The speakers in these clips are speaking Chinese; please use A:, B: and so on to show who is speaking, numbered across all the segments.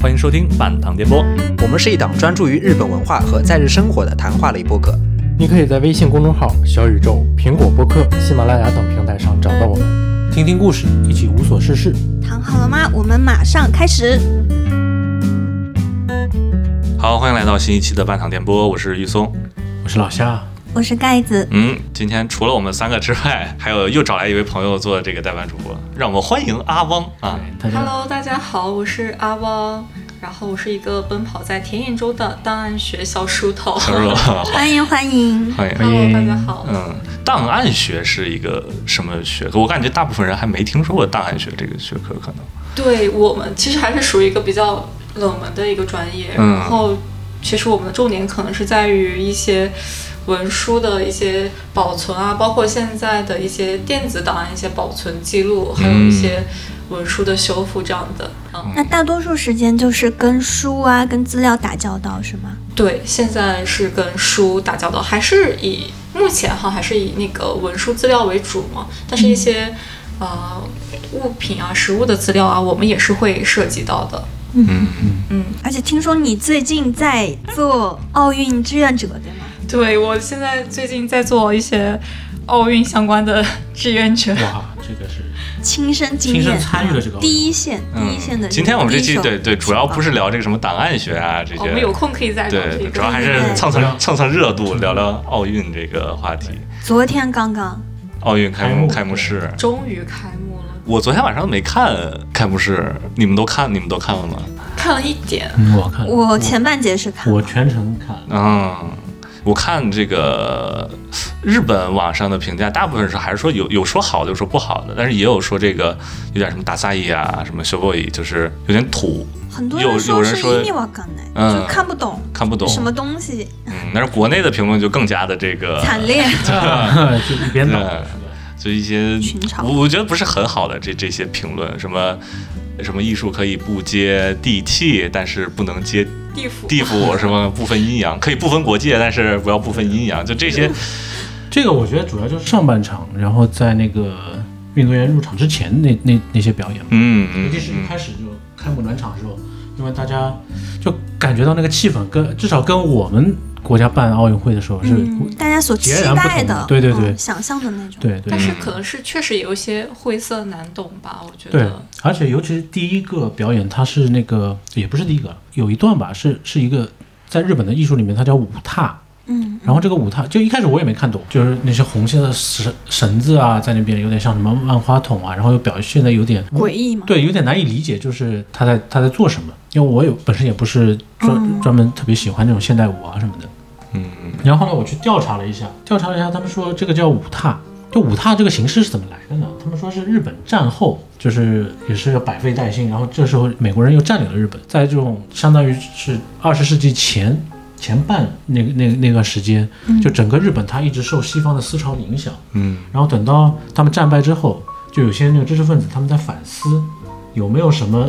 A: 欢迎收听半糖电波。
B: 我们是一档专注于日本文化和在日生活的谈话类播客。
C: 你可以在微信公众号、小宇宙、苹果播客、喜马拉雅等平台上找到我们。
D: 听听故事，一起无所事事。
E: 躺好了吗？我们马上开始。
A: 好，欢迎来到新一期的半糖电波，我是玉松。
D: 我是老夏，
E: 我是盖子，
A: 嗯，今天除了我们三个之外，还有又找来一位朋友做这个代班主播，让我们欢迎阿汪啊。
D: 大家
F: Hello，大家好，我是阿汪，然后我是一个奔跑在田野中的档案学小书头。
A: 小时好，
E: 欢迎欢迎。
A: 欢迎。
F: Hello，大家好。
A: 嗯，档案学是一个什么学科？我感觉大部分人还没听说过档案学这个学科，可能。
F: 对我们其实还是属于一个比较冷门的一个专业，
A: 嗯
F: 然后其实我们的重点可能是在于一些文书的一些保存啊，包括现在的一些电子档案、一些保存记录，还有一些
A: 嗯
F: 文书的修复这样的。嗯，
E: 那大多数时间就是跟书啊、跟资料打交道，是吗？
F: 对，现在是跟书打交道，还是以目前哈还是以那个文书资料为主嘛，但是一些、呃物品啊、实物的资料啊，我们也是会涉及到的。
E: 而且听说你最近在做奥运志愿者，对吗？
F: 对我现在最近在做一些奥运相关的志愿 者，
D: 哇，这个是
E: 亲身经
D: 亲身
E: 验，
D: 参与了这个奥运
E: 第一线、
A: 嗯
E: 第一线的。
A: 今天我们这期
E: 第一手
A: 对对，主要不是聊这个什么档案学啊这些，
F: 我哦们有空可以再聊这
A: 对，
F: 个。
A: 主要还是蹭蹭蹭蹭热度，聊聊奥运这个话题。
E: 昨天刚刚，
A: 奥运开
D: 开幕
A: 幕开幕式，
F: 终于开幕了，
A: 我昨天晚上没看开幕式，你们都看，你们都看了吗？
F: 看了一点。
D: 嗯我看
E: 我前半节是看
D: 我全程看，
A: 嗯，我看这个日本网上的评价，大部分是还是说有有说好的，有说不好的，但是也有说这个有点什么打撒野啊，什么修 boy，就是有点土，
E: 很多
A: 有
E: 人
A: 有
E: 说
A: 人
E: 是
A: 说
E: 伊米瓦港呢，
A: 嗯
E: 就看不懂
A: 看不懂。
E: 什么东西，
A: 嗯，但是国内的评论就更加的这个
E: 惨 烈。
D: 就一边倒。
A: 对就一些
E: 群嘲
A: 我我觉得不是很好的这这些评论，什么什么艺术可以不接地气，但是不能接
F: 地府
A: 地府，什么不分阴阳，可以不分国界，但是不要不分阴阳，就这些。
D: 这个我觉得主要就是上半场，然后在那个运动员入场之前那那那些表演嘛，
A: 嗯
D: 尤
A: 嗯
D: 其是一
A: 嗯
D: 开始就开幕暖场的时候，因为大家就感觉到那个气氛跟至少跟我们国家办奥运会的时候是，
E: 嗯，大家所期
D: 截然不
E: 待
D: 同
E: 的，
D: 对对对
E: 嗯想象的那种。
D: 对对
F: 但是可能是确实有一些晦涩难懂吧，我觉
D: 对
F: 得。，
D: 而且尤其是第一个表演，它是那个也不是第一个，有一段吧，是是一个在日本的艺术里面，它叫舞踏。
E: 嗯，
D: 然后这个舞踏就一开始我也没看懂，就是那些红色的绳绳子啊，在那边有点像什么万花筒啊，然后又表现的有点
E: 诡异嘛。
D: 对，有点难以理解，就是他在他在做什么。因为我有本身也不是专、专门特别喜欢这种现代舞啊什么的。
A: 嗯嗯
D: 然后后来我去调查了一下，调查了一下，他们说这个叫舞踏，就舞踏这个形式是怎么来的呢？他们说是日本战后，就是也是百废待兴，然后这时候美国人又占领了日本，在这种相当于是二十世纪前前半那个那个那段时间，就整个日本它一直受西方的思潮影响，
A: 嗯
D: 然后等到他们战败之后，就有些那个知识分子他们在反思，有没有什么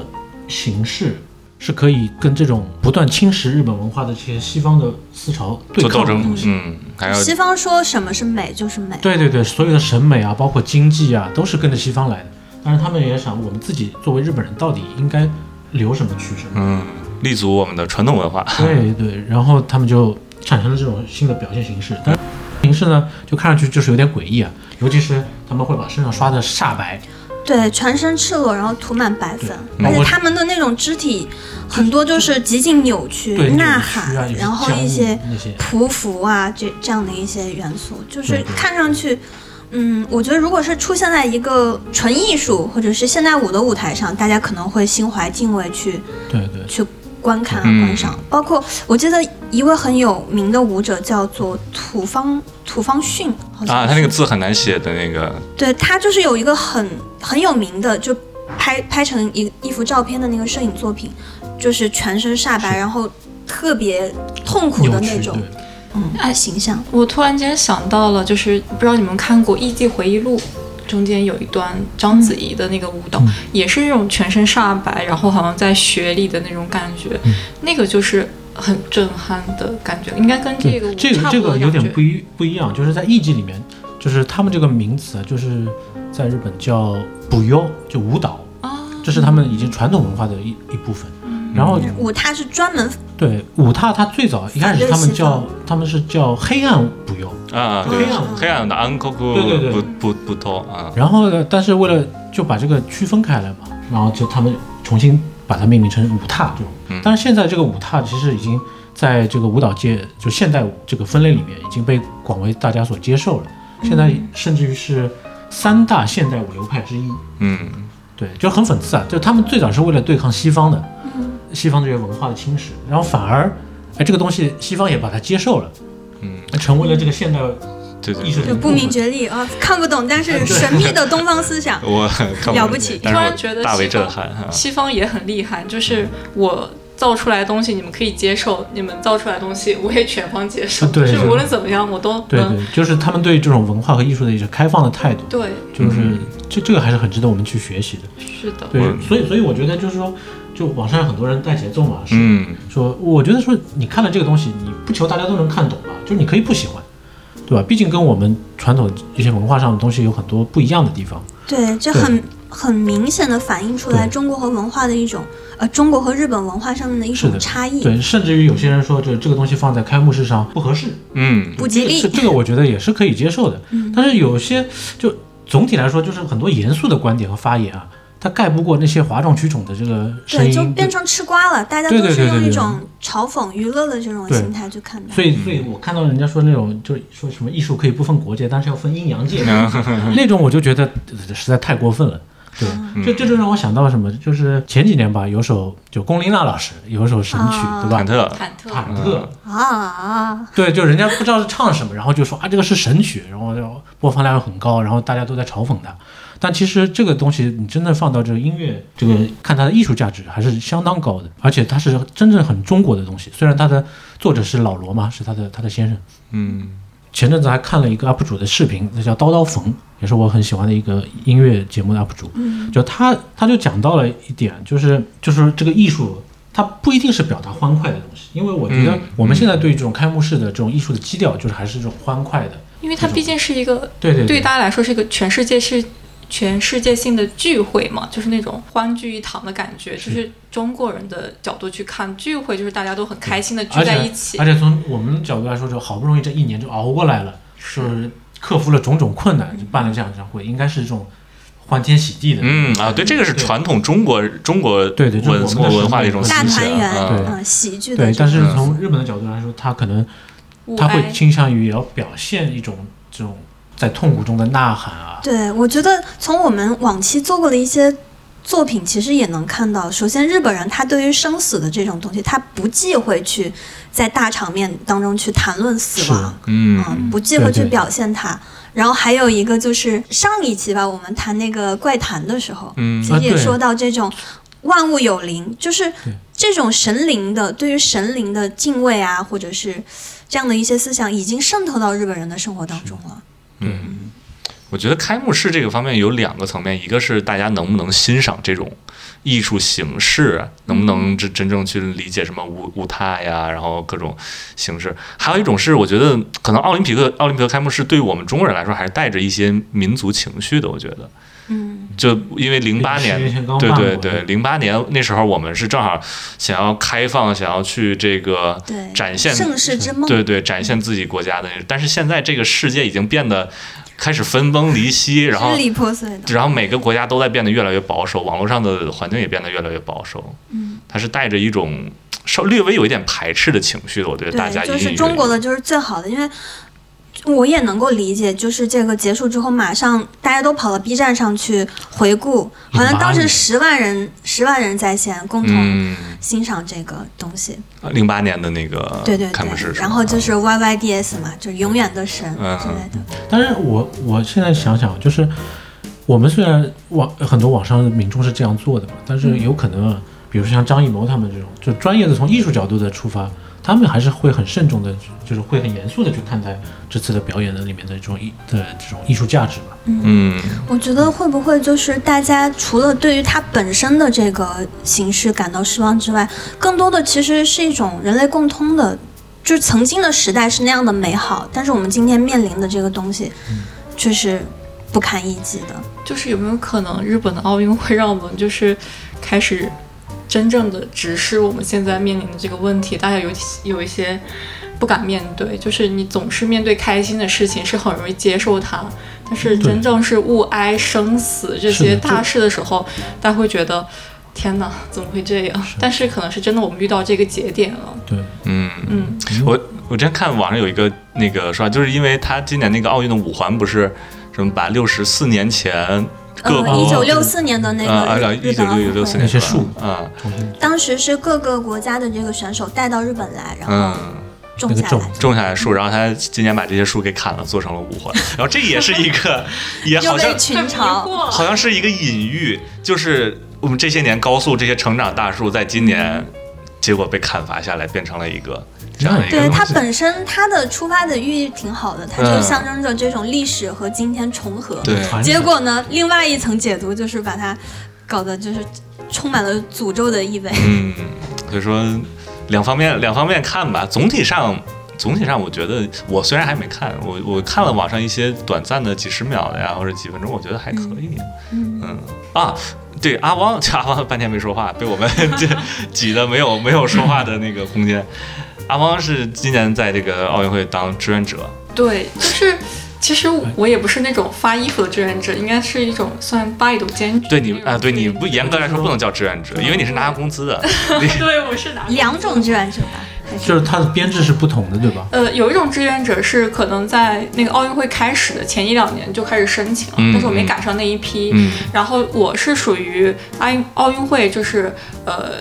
D: 形式是可以跟这种不断侵蚀日本文化的这些西方的思潮对
A: 做
D: 抗
A: 斗
D: 的
A: 争
D: 东，西
A: 嗯，还要
E: 西方说什么是美就是美，
D: 对对对，所有的审美啊，包括经济啊，都是跟着西方来的。但是他们也想，我们自己作为日本人，到底应该留什么取什么？
A: 嗯立足我们的传统文化。
D: 对对，然后他们就产生了这种新的表现形式，但是形式呢，就看上去就是有点诡异啊，尤其是他们会把身上刷的煞白，
E: 对，全身赤裸，然后涂满白粉，
A: 对
E: 而
D: 嗯
E: 且
D: 我
E: 他们的那种肢体很多就是极尽扭曲、
D: 对，
E: 呐
D: 扭曲啊
E: 喊，
D: 有
E: 然后
D: 僵
E: 一
D: 硬
E: 些
D: 那些，
E: 匍匐啊，这这样的一些元素，就是
D: 对对
E: 看上去，嗯，我觉得如果是出现在一个纯艺术或者是现代舞的舞台上，大家可能会心怀敬畏去
D: 对对，
E: 去观看啊、
A: 嗯
E: 观赏。包括我记得一位很有名的舞者叫做土方土方巽，好像
A: 啊，他那
E: 是
A: 个字很难写的那个，
E: 对他就是有一个很很有名的，就拍拍成一一幅照片的那个摄影作品，就是全身煞白，然后特别痛苦的
D: 扭
E: 那
D: 曲，
E: 种
D: 对，
E: 嗯啊形象。
F: 我突然间想到了，就是不知道你们看过《艺伎回忆录》，中间有一段章子怡的那个舞蹈，
D: 嗯
F: 也是那种全身煞白，然后好像在雪里的那种感觉，
D: 嗯
F: 那个就是很震撼的感觉，应该跟这个舞
D: 这个
F: 差
D: 这
F: 不多的
D: 个有
F: 感觉。
D: 点不一不一样，就是在艺伎里面，就是他们这个名词啊，就是在日本叫舞优，就舞蹈，
F: 啊，
D: 这是他们已经传统文化的一一部分。
F: 嗯
D: 然后
E: 舞踏嗯是专门
D: 对五踏，它最早一开始他们叫他们是叫黑暗舞游，
A: 啊，
D: 黑
A: 对
D: 暗，
A: 黑暗的 uncle
D: 对对对
A: 不不不偷啊，
D: 然后呢，但是为了就把这个区分开来嘛，然后就他们重新把它命名成舞踏这种。但是现在这个舞踏其实已经在这个舞蹈界，就现代舞这个分类里面已经被广为大家所接受了。现在甚至于是三大现代舞流派之一。
A: 嗯
D: 对，就很讽刺啊！就他们最早是为了对抗西方的，西方这些文化的侵蚀，然后反而，哎，这个东西西方也把它接受了，
A: 嗯，
D: 成为了这个现代
A: 对对
D: 艺术
A: 对。
D: 的
E: 就
D: 一
E: 不
D: 部
E: 明
D: 分
E: 觉厉啊，看不懂，但
D: 哎
E: 是神秘的东方思 想
A: 我看
E: 了不起
A: 但
F: 突然
A: 是
F: 觉
A: 我
F: 得
A: 大为
F: 西方
A: 震撼
D: 嗯
A: 啊，
F: 西方也很厉害，就是我造出来的东西你们可以接受，你们造出来的东西我也全方接受，
D: 啊对
F: 就是
D: 是
F: 无论怎么样我都
D: 对
F: 能
D: 对，就是他们对这种文化和艺术的一些开放的态度，
F: 对
D: 就是这这个还是很值得我们去学习的。
F: 是的，
A: 我
D: 对，所以所以我觉得就是说，就网上有很多人带节奏嘛，是、
A: 嗯
D: 说我觉得说你看了这个东西，你不求大家都能看懂吧，就是你可以不喜欢，对吧？毕竟跟我们传统一些文化上的东西有很多不一样的地方。
E: 对，这
D: 对
E: 很很明显的反映出来
D: 对
E: 中国和文化的一种，呃，中国和日本文化上面的一
D: 是
E: 种
D: 的
E: 差异，
D: 对，甚至于有些人说这这个东西放在开幕式上不合适，
A: 嗯
E: 不吉
D: 这
E: 利。嗯
D: 这个我觉得也是可以接受的。但是有些就总体来说，就是很多严肃的观点和发言啊，它盖不过那些哗众取宠的这个声
E: 对，
D: 音。
E: 就变成吃瓜了，大家
D: 对
E: 都
D: 对
E: 是
D: 对对
E: 用一
D: 对
E: 种嘲讽、娱乐的这种
D: 对
E: 心态去看待。
D: 所以，所以我看到人家说那种，就是说什么艺术可以不分国界，但是要分阴阳界， 那种我就觉得呃实在太过分了。对，这这就让我想到什么，就是前几年吧，有首就龚琳娜老师有首神曲，
E: 啊
D: 对吧
A: 忐？忑，
F: 忐忑。
D: 忐忑，
E: 嗯啊，
D: 对，就人家不知道是唱什么，然后就说啊这个是神曲，然后就播放量很高，然后大家都在嘲讽他。但其实这个东西你真的放到这个音乐这个看它的艺术价值还是相当高的，而且它是真正很中国的东西。虽然它的作者是老罗嘛，是他的他的先生。
A: 嗯
D: 前阵子还看了一个 UP 主的视频，那叫刀刀冯，也是我很喜欢的一个音乐节
F: 嗯
D: 目的 UP 主。就他他就讲到了一点，就是就是这个艺术，它不一定是表达欢快的东西，因为我觉得
A: 嗯
D: 我们现在对于这种开幕式的这种艺术的基调，就是还是这种欢快的。
F: 因为它毕竟是一个
D: 对对
F: 对大家来说是一个全世界是全世界性的聚会嘛，就是那种欢聚一堂的感觉，就是中国人的角度去看聚会，就是大家都很开心的聚
D: 嗯而且
F: 在一起
D: 而。且从我们角度来说，就好不容易这一年就熬过来了，就是克服了种种困难，就办了这样一场会，应该是这种欢天喜地的。
A: 嗯啊，对，这个是
D: 对
A: 传统中国中国
D: 对对这是
A: 文
D: 我们的
A: 文化的一种
D: 传
E: 大
A: 思
E: 团
A: 想
E: 圆，
A: 啊，
E: 嗯，喜剧的
D: 对，
E: 这
D: 但
E: 种，
D: 是从日本的角度来说，他可能
F: 物
D: 他会
F: 哀
D: 倾向于也要表现一种这种在痛苦中的呐喊啊，
E: 对我觉得从我们往期做过的一些作品，其实也能看到，首先日本人他对于生死的这种东西，他不忌讳去在大场面当中去谈论死亡。
A: 嗯
E: 嗯，不忌讳
D: 对
E: 去
D: 对
E: 表现它。然后还有一个就是上一期吧，我们谈那个怪谈的时候，
A: 嗯
E: 其实
D: 啊
E: 也
D: 对
E: 说到这种万物有灵，就是
D: 对
E: 这种神灵的对于神灵的敬畏啊，或者是这样的一些思想，已经渗透到日本人的生活当中了。
A: 嗯，我觉得开幕式这个方面有两个层面，一个是大家能不能欣赏这种艺术形式，能不能真真正去理解什么舞舞踏呀，然后各种形式；还有一种是，我觉得可能奥林匹克奥林匹克开幕式对我们中国人来说还是带着一些民族情绪的，我觉得。
E: 嗯，
A: 就因为零八
D: 10
A: 年
D: 年前刚，
A: 对
D: 办
A: 对
D: 过
A: 对，零八年那时候我们是正好想要开放，想要去这个
E: 对，
A: 展现
E: 盛世之梦，
A: 对对，展现自己国家的。但是现在这个世界已经变得开始分崩离析，然后
E: 支离破碎的。
A: 然后每个国家都在变得越来越保守，网络上的环境也变得越来越保守。
E: 嗯，
A: 它是带着一种稍略微有一点排斥的情绪的，我觉得大家
E: 对，就
A: 隐隐
E: 是
A: 约
E: 中国
A: 约
E: 的就是最好的，因为。我也能够理解，就是这个结束之后，马上大家都跑到 B 站上去回顾，好像当时十万人十万人在线共同
A: 嗯，
E: 欣赏这个东西，
A: 零八年的那个
E: 对对
A: 开幕式
E: 对。
A: 吧，
E: 然后就是 YYDS 嘛，就是永远的神
A: 啊嗯
E: 之类的。
D: 但是我我现在想想，就是我们虽然网很多网上的民众是这样做的嘛，但
E: 嗯
D: 是有可能，啊比如说像张艺谋他们这种，就专业的从艺术角度的出发，他们还是会很慎重的，就是会很严肃的去看待这次的表演的里面的这种艺的这种艺术价值吧。
A: 嗯
E: 我觉得会不会就是大家除了对于它本身的这个形式感到失望之外，更多的其实是一种人类共通的，就是曾经的时代是那样的美好，但是我们今天面临的这个东西，
A: 嗯
E: 却是不堪一击的。
F: 就是有没有可能日本的奥运会让我们就是开始真正的直视我们现在面临的这个问题，大家有有一些不敢面对，就是你总是面对开心的事情是很容易接受它，但是
D: 对
F: 真正是物哀生死这
D: 是的
F: 些
D: 这
F: 大事的时候，大家会觉得天哪，怎么会这样？但是可能是真的我们遇到这个节点了，
D: 对，
A: 嗯，
F: 嗯，
A: 我我之前看网上有一个那个说法，就是因为他今年那个奥运的五环不是什么把六十四年前各
E: 呃，
A: 国
E: 一九六四年的那
A: 啊
E: 个
A: 一
E: 日
A: 九
E: 本奥
A: 六
E: 运
A: 六四
E: 会，
A: 年
D: 那些树
A: 啊
D: 重新
E: 当时是各个国家的这个选手带到日本来，然后
A: 嗯。
E: 种下
D: 那个
E: 来
D: 种。
A: 种下来树，然后他今年把这些树给砍了，做成了五环。然后这也是一 个，也
E: 又
A: 好像
E: 被群嘲，
A: 好像是一个隐喻，就是我们这些年高速这些成长大树，在今年
E: 嗯
A: 结果被砍伐下来，变成了一个这样的一
E: 对
A: 个。
E: 它本身它的出发的寓意挺好的，它就
A: 嗯
E: 象征着这种历史和今天重合。
A: 对
D: 传承
E: 结果呢，另外一层解读就是把它搞得就是充满了诅咒的意味。
A: 嗯，所以说两方面两方面看吧，总体上。总体上，我觉得我虽然还没看，我我看了网上一些短暂的几十秒的呀，或者几分钟，我觉得还可以。嗯啊，对，阿汪， 这阿汪半天没说话，被我们 这挤得没有没有说话的那个空间。阿汪是今年在这个奥运会当志愿者，
F: 对，就是其实我也不是那种发衣服的志愿者，应该是一种算八一度兼职。
A: 对你啊，对你不严格来说不能叫志愿者，
F: 嗯
A: 因为你是拿工资的。你
F: 对，我是
A: 嗯
F: 拿
E: 两种志愿者吧，还
D: 就是是它的编制是不同的，对吧？
F: 呃，有一种志愿者是可能在那个奥运会开始的前一两年就开始申请了，
A: 嗯
F: 但是我没赶上那一批。
A: 嗯
F: 然后我是属于奥运奥运会，就是呃。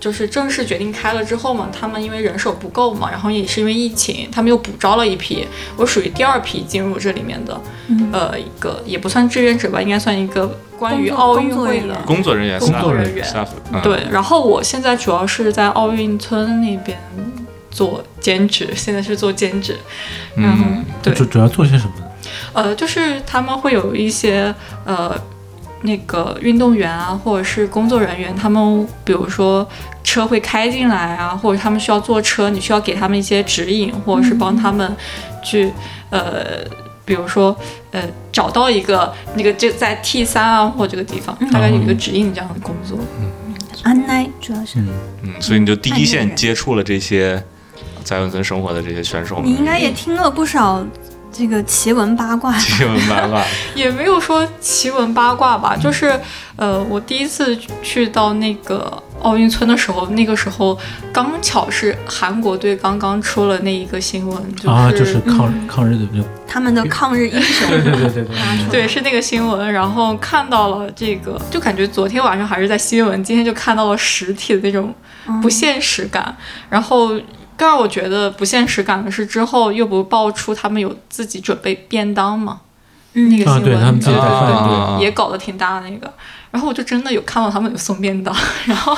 F: 就是正式决定开了之后嘛，他们因为人手不够嘛，然后也是因为疫情，他们又补招了一批，我属于第二批进入这里面的，
E: 嗯
F: 呃，一个也不算志愿者吧，应该算一个关于
E: 工作
F: 奥运
E: 工作
F: 会
E: 人
F: 的
E: 员
A: 工作人员，
F: 工作人员
A: staff，嗯
F: 对，然后我现在主要是在奥运村那边做兼职，现在是做兼职，然后、
A: 嗯
F: 对，
D: 主主要做些什么呢？
F: 呃，就是他们会有一些呃。那个运动员啊，或者是工作人员，他们比如说车会开进来啊，或者他们需要坐车，你需要给他们一些指引，或者是帮他们去呃，比如说呃，找到一个那个就在 T 三啊或这个地方，大概有一个指引这样的工作。
E: 安奈，主要是
A: 嗯，所以你就第一
E: 爱
A: 线
E: 面
A: 接触了这些在温村生活的这些选手们，
E: 你应 该也听了不少这个奇闻八卦。
A: 听闻八卦，
F: 也没有说奇闻八卦吧，
D: 嗯
F: 就是，呃，我第一次去到那个奥运村的时候，那个时候刚巧是韩国队刚刚出了那一个新闻，就是、嗯
D: 啊，就是抗抗日的那个，
E: 他们的抗日 英雄，
D: 对对对对对，啊
F: 对，是那个新闻，然后看到了这个，就感觉昨天晚上还是在新闻，今天就看到了实体的那种
D: 嗯
F: 不现实感。然后更让我觉得不现实感的是，之后又不爆出他们有自己准备便当嘛？
E: 嗯
F: 那个新
D: 啊
F: 闻，
D: 对他们自己
F: 对
D: 带饭
F: 对
A: 对
F: 对也搞得挺大的那个。然后我就真的有看到他们有送便当， 然后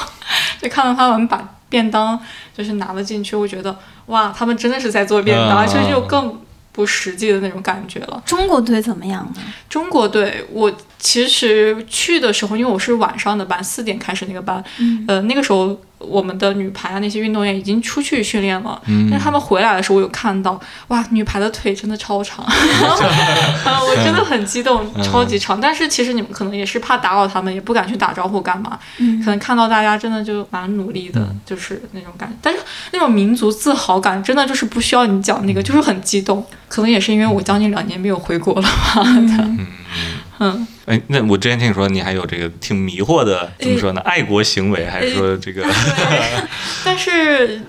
F: 就看到他们把便当就是拿了进去，我觉得哇，他们真的是在做便
A: 啊
F: 当，就是有更不实际的那种感觉了。
E: 中国队怎么样呢？
F: 中国队，我其实去的时候，因为我是晚上的班，四点开始那个班，呃，那个时候我们的女排啊那些运动员已经出去训练了，但是他们回来的时候，我有看到，哇，女排的腿真的超长，啊，我真的很激动，超级长。但是其实你们可能也是怕打扰他们，也不敢去打招呼干嘛，可能看到大家真的就蛮努力的，就是那种感觉。但是那种民族自豪感，真的就是不需要你讲那个，就是很激动。可能也是因为我将近两年没有回国了吧。
A: 哎，那我之前听你说你还有这个挺迷惑
F: 呃
A: 的，怎么说呢？爱国行为，还是说这个
F: 但是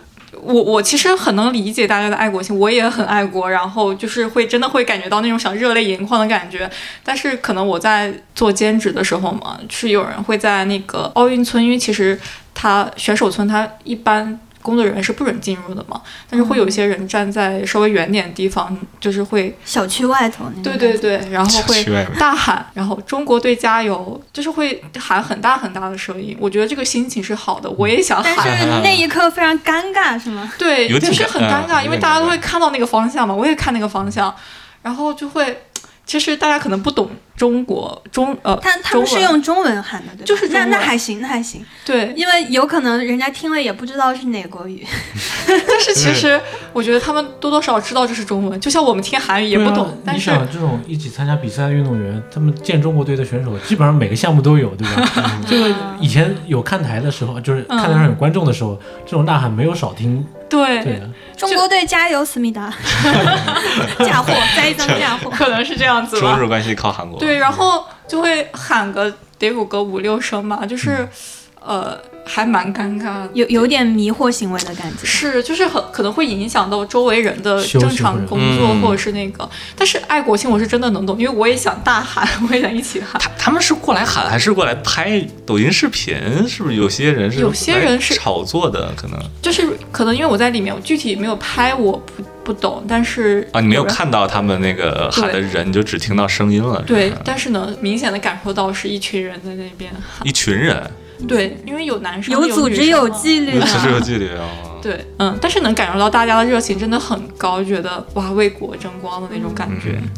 F: 我我其实很能理解大家的爱国心，我也很爱国，然后就是会真的会感觉到那种想热泪盈眶的感觉。但是可能我在做兼职的时候嘛，是有人会在那个奥运村，因为其实他选手村他一般。工作人员是不准进入的嘛，但是会有一些人站在稍微远点的地方，就是会，
E: 小区外头那个，
F: 对对，对，然后 会
A: 去外面？
F: 大喊，然后中国队加油，就是会喊很大很大的声音。我觉得这个心情是好的，我也想
E: 但
F: 喊。
E: 是那一刻非常尴尬，是吗？
F: 对，
A: 有
F: 就
A: 点
F: 是
A: 尴
F: 很
A: 嗯
F: 尴尬，因
A: 有
F: 为
A: 点
F: 大家
A: 尴
F: 都会
A: 尬
F: 看到那个方向嘛，我也看那个方向，然后就会就是大家可能不懂中国中呃，
E: 他他们是
F: 中文
E: 用中文喊的，对吧
F: 就是中
E: 那
F: 文
E: 那还行，那还行，
F: 对，
E: 因为有可能人家听了也不知道是哪国语。
F: 但是其实我觉得他们多多少少知道这是中文，就像我们听韩语也不
D: 对啊
F: 懂，但
D: 你
F: 是
D: 想这种一起参加比赛的运动员，他们见中国队的选手，基本上每个项目都有，对 吧？这个以前有看台的时候，就是
F: 嗯
D: 看台上有观众的时候，这种呐喊没有少听。对啊
F: 对，
D: 的，
E: 中国队加油，思密达！嫁祸，栽赃嫁祸。
F: 可能是这样子吧
A: 中。日关系靠韩国。
F: 对，然后就会喊个得有个五六声吧，就是，呃，还蛮尴尬的。
E: 有有点迷惑行为的感觉，
F: 是，就是很可能会影响到周围人的
D: 休息
F: 正
D: 或
F: 常
D: 者
F: 工作
A: 嗯
F: 或者是那个，但是爱国心我是真的能懂，因为我也想大喊， 我也想一起喊。
A: 他他们是过来喊还是过来拍抖音视频？是不是有些人是
F: 有些人是
A: 来炒作的？可能
F: 就是可能因为我在里面，我具体没有拍，我不不懂，但是
A: 啊，你没有
F: 人
A: 看到他们那个喊的人，你就只听到声音了。
F: 对
A: 是吧，
F: 但是能明显的感受到是一群人在那边喊，
A: 一群人，
F: 对，因为有男生
E: 有组织
F: 女生
E: 有
F: 嘛
E: 纪律
A: 其实
E: 啊
A: 有！距离啊。
F: 对，嗯，但是能感受到大家的热情真的很高，觉得哇为国争光的那种感觉。
A: 嗯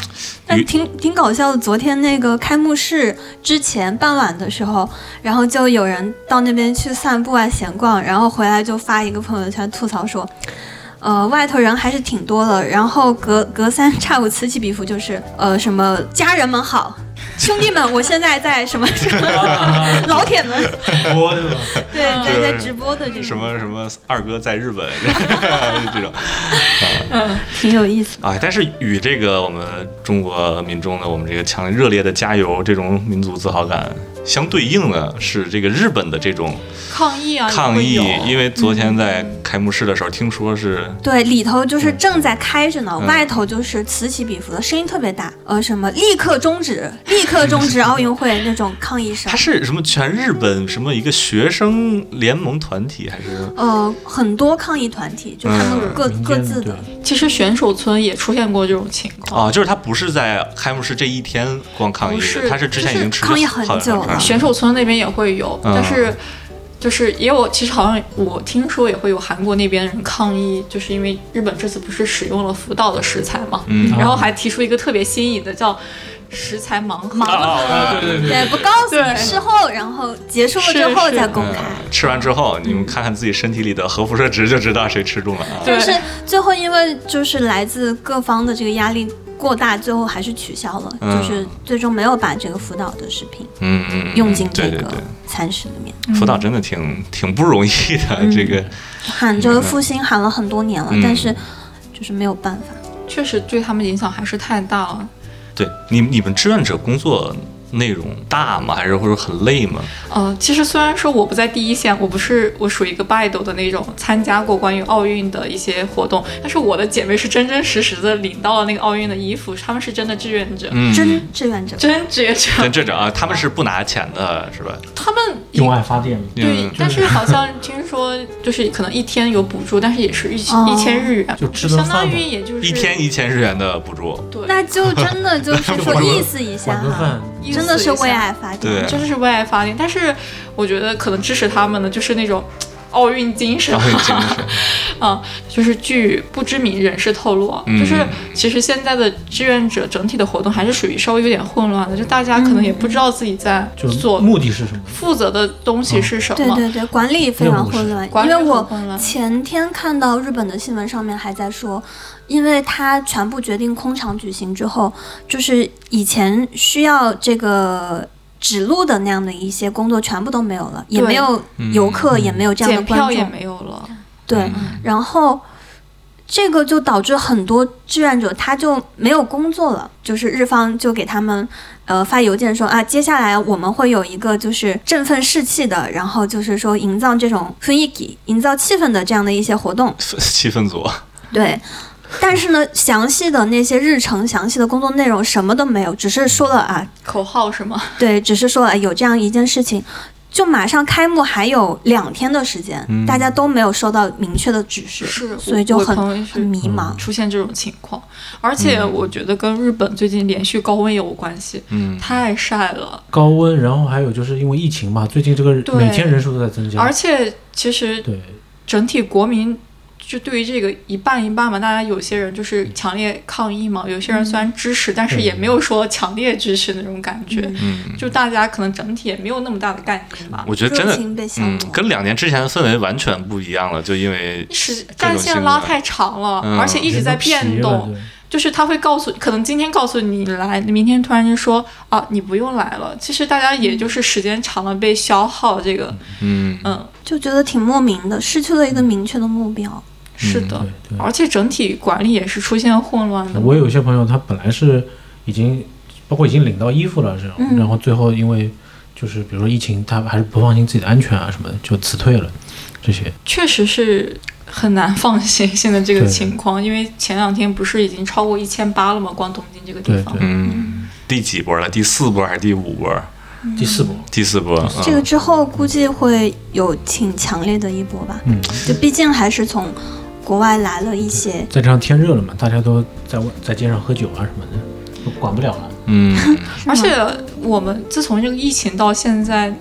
E: 但
A: 于
E: 挺挺搞笑的。昨天那个开幕式之前傍晚的时候，然后就有人到那边去散步啊、闲逛，然后回来就发一个朋友圈吐槽说。呃，外头人还是挺多的，然后隔隔三差五此起彼伏，就是呃什么家人们好，兄弟们，我现在在什么什 么老铁们，
A: 嗯
D: 我对吧？
E: 对，在在直播的这种
A: 什么什么二哥在日本 这种，
E: 挺有意思的，
A: 啊，但是与这个我们中国民众的我们这个强烈热烈的加油这种民族自豪感相对应的是这个日本的这种
F: 抗议啊，也
A: 抗
F: 会
A: 议
F: 有，
A: 因为昨天在开幕式的时候听说是
E: 对，里头就是正在开着呢，
A: 嗯
E: 外头就是此起彼伏的声音特别大，呃，什么立刻终止，立刻终止奥运会那种抗议声
A: 它，嗯是什么全日本什么一个学生联盟团体还是
E: 呃，很多抗议团体，就他们
A: 嗯
E: 各
D: 民
E: 各
D: 间
E: 自
D: 对
E: 的，，
F: 其实选手村也出现过这种情况。
A: 啊，就是它不是在开幕式这一天光抗议
F: 不
A: 的，
F: 是
A: 它是之前已经持续
E: 就是抗议很
A: 好
E: 久
D: 啊
E: 了
F: 选手村那边也会有，
A: 嗯
F: 但是就是也有，其实好像我听说也会有韩国那边人抗议，就是因为日本这次不是使用了福岛的食材嘛，
A: 嗯
F: 然
D: 哦
F: 后还提出一个特别新颖的叫食材盲盒，
E: 盲盒
D: 啊，对对对，
E: 对，不告诉你
F: 对
E: 事后，然后结束了之
F: 是
E: 后
F: 是
E: 再公开。
A: 嗯，吃完之后你们看看自己身体里的核辐射值就知道谁吃中了啊。
F: 对
E: 但是最后因为就是来自各方的这个压力过大，最后还是取消了，
A: 嗯
E: 就是最终没有把这个辅导的视频
A: 嗯嗯，嗯
E: 用进这
A: 对对
E: 个嗯
A: 对。
E: 餐食里面。
A: 辅导真的挺挺不容易的，
E: 嗯
A: 这个
E: 喊这个复兴喊了很多年了，
A: 嗯
E: 但是就是没有办法。
F: 确实对他们影响还是太大了。
A: 对你你们志愿者工作内容大吗？还是或者很累吗？
F: 呃，其实虽然说我不在第一线，我不是我属于一个 b i d 的那种参加过关于奥运的一些活动，但是我的姐妹是真真实实的领到了那个奥运的衣服，她们是真的志愿者，
A: 嗯，
E: 真志愿者，
F: 真志愿者，
A: 但这种啊，他们是不拿钱的，是吧？
F: 她们
D: 用爱发电嘛。
F: 对
A: 嗯，
F: 但是好像听说就是可能一天有补助，但是也是一
E: 哦
F: 一千日元，
D: 就吃顿
F: 相
D: 饭
F: 当
D: 嘛
F: 于也就是
A: 一天一千日元的补助，
F: 对，
E: 那就真的就是说意思一下
D: 管顿
E: 哈
D: 饭，，
F: 意思
E: 真的是
F: 一下
E: 为爱发电
A: 对。
F: 真的是为爱发电。但是我觉得可能支持他们的就是那种奥运精神
A: 然，后精 神，
F: 啊，就是据不知名人士透露啊，
A: 嗯
F: 就是其实现在的志愿者整体的活动还是属于稍微有点混乱的，就大家可能也不知道自己在
D: 就是
F: 做
D: 目的是什么？
F: 负责的东西是什
E: 对
F: 么。
E: 对对，管理非常混乱，
F: 管
E: 因
F: 理
E: 为
F: 很
E: 我
F: 混乱
E: 前天看到日本的新闻上面还在说，因为他全部决定空场举行之后，就是以前需要这个指路的那样的一些工作全部都没有了，也
F: 对
E: 没有
A: 嗯
E: 游客，也没有这样的
F: 检
E: 观
F: 票
E: 众，
F: 也没有了，
E: 对，
A: 嗯
E: 然后这个就导致很多志愿者他就没有工作了，就是日方就给他们呃发邮件说啊，接下来我们会有一个就是振奋士气的，然后就是说营造这种氛囲気、营造气氛的这样的一些活动，
A: 气氛组，
E: 对。但是呢，详细的那些日程、详细的工作内容什么都没有，只是说了啊，
F: 口号是吗？
E: 对，只是说哎有这样一件事情，就马上开幕还有两天的时间，
A: 嗯
E: 大家都没有收到明确的指示，
F: 是
E: 所以
F: 我
E: 就
F: 我
E: 很
F: 朋友
E: 很
F: 是
E: 迷茫。
A: 啊
F: 出现这种情况，而且我觉得跟日本最近连续高温也有关系，
A: 嗯，
F: 太晒了。
D: 高温，然后还有就是因为疫情嘛，最近这个
F: 对
D: 每天人数都在增加，
F: 而且其实
D: 对
F: 整体国民就对于这个一半一半嘛，大家有些人就是
A: 嗯
F: 强烈抗议嘛，有些人虽然支持，但是也没有说强烈支持那种感觉，
A: 嗯，
F: 就大家可能整体也没有那么大的概念吧。
A: 我觉得真的
E: 热情被，消
A: 嗯
E: 磨，
A: 跟两年之前的氛围完全不一样了，就因为
F: 是
A: 各种
F: 战
A: 新
F: 线
A: 闻
F: 拉太长了，
A: 嗯
F: 而且一直在变动，就是他会告诉，可能今天告诉你来，明天突然间说啊，你不用来了。其实大家也就是时间长了被消耗这个，
A: 嗯
F: 嗯，
E: 就觉得挺莫名的，失去了一个明确的目标。
F: 是的，
D: 对嗯对。
F: 而且整体管理也是出现混乱的。
D: 我有一些朋友，他本来是已经包括已经领到衣服了这种，
E: 嗯
D: 然后最后因为就是比如说疫情，他还是不放心自己的安全啊什么的，就辞退了这些。
F: 确实是很难放心现在这个
D: 对
F: 情况，因为前两天不是已经超过一千八了吗？光东京这个地
D: 对
F: 方，
D: 对，
A: 嗯，第几波了？第四波还是第五波？
E: 嗯
D: 第四波，
A: 第四波，
E: 这
A: 嗯
E: 个之后估计会有挺强烈的一波吧，
D: 嗯，
E: 就毕竟还是从国外来了一些，
D: 再加上天热了嘛，大家都在外在街上喝酒啊什么的，都管不了了。
A: 嗯，
F: 而且我们自从这个疫情到现在，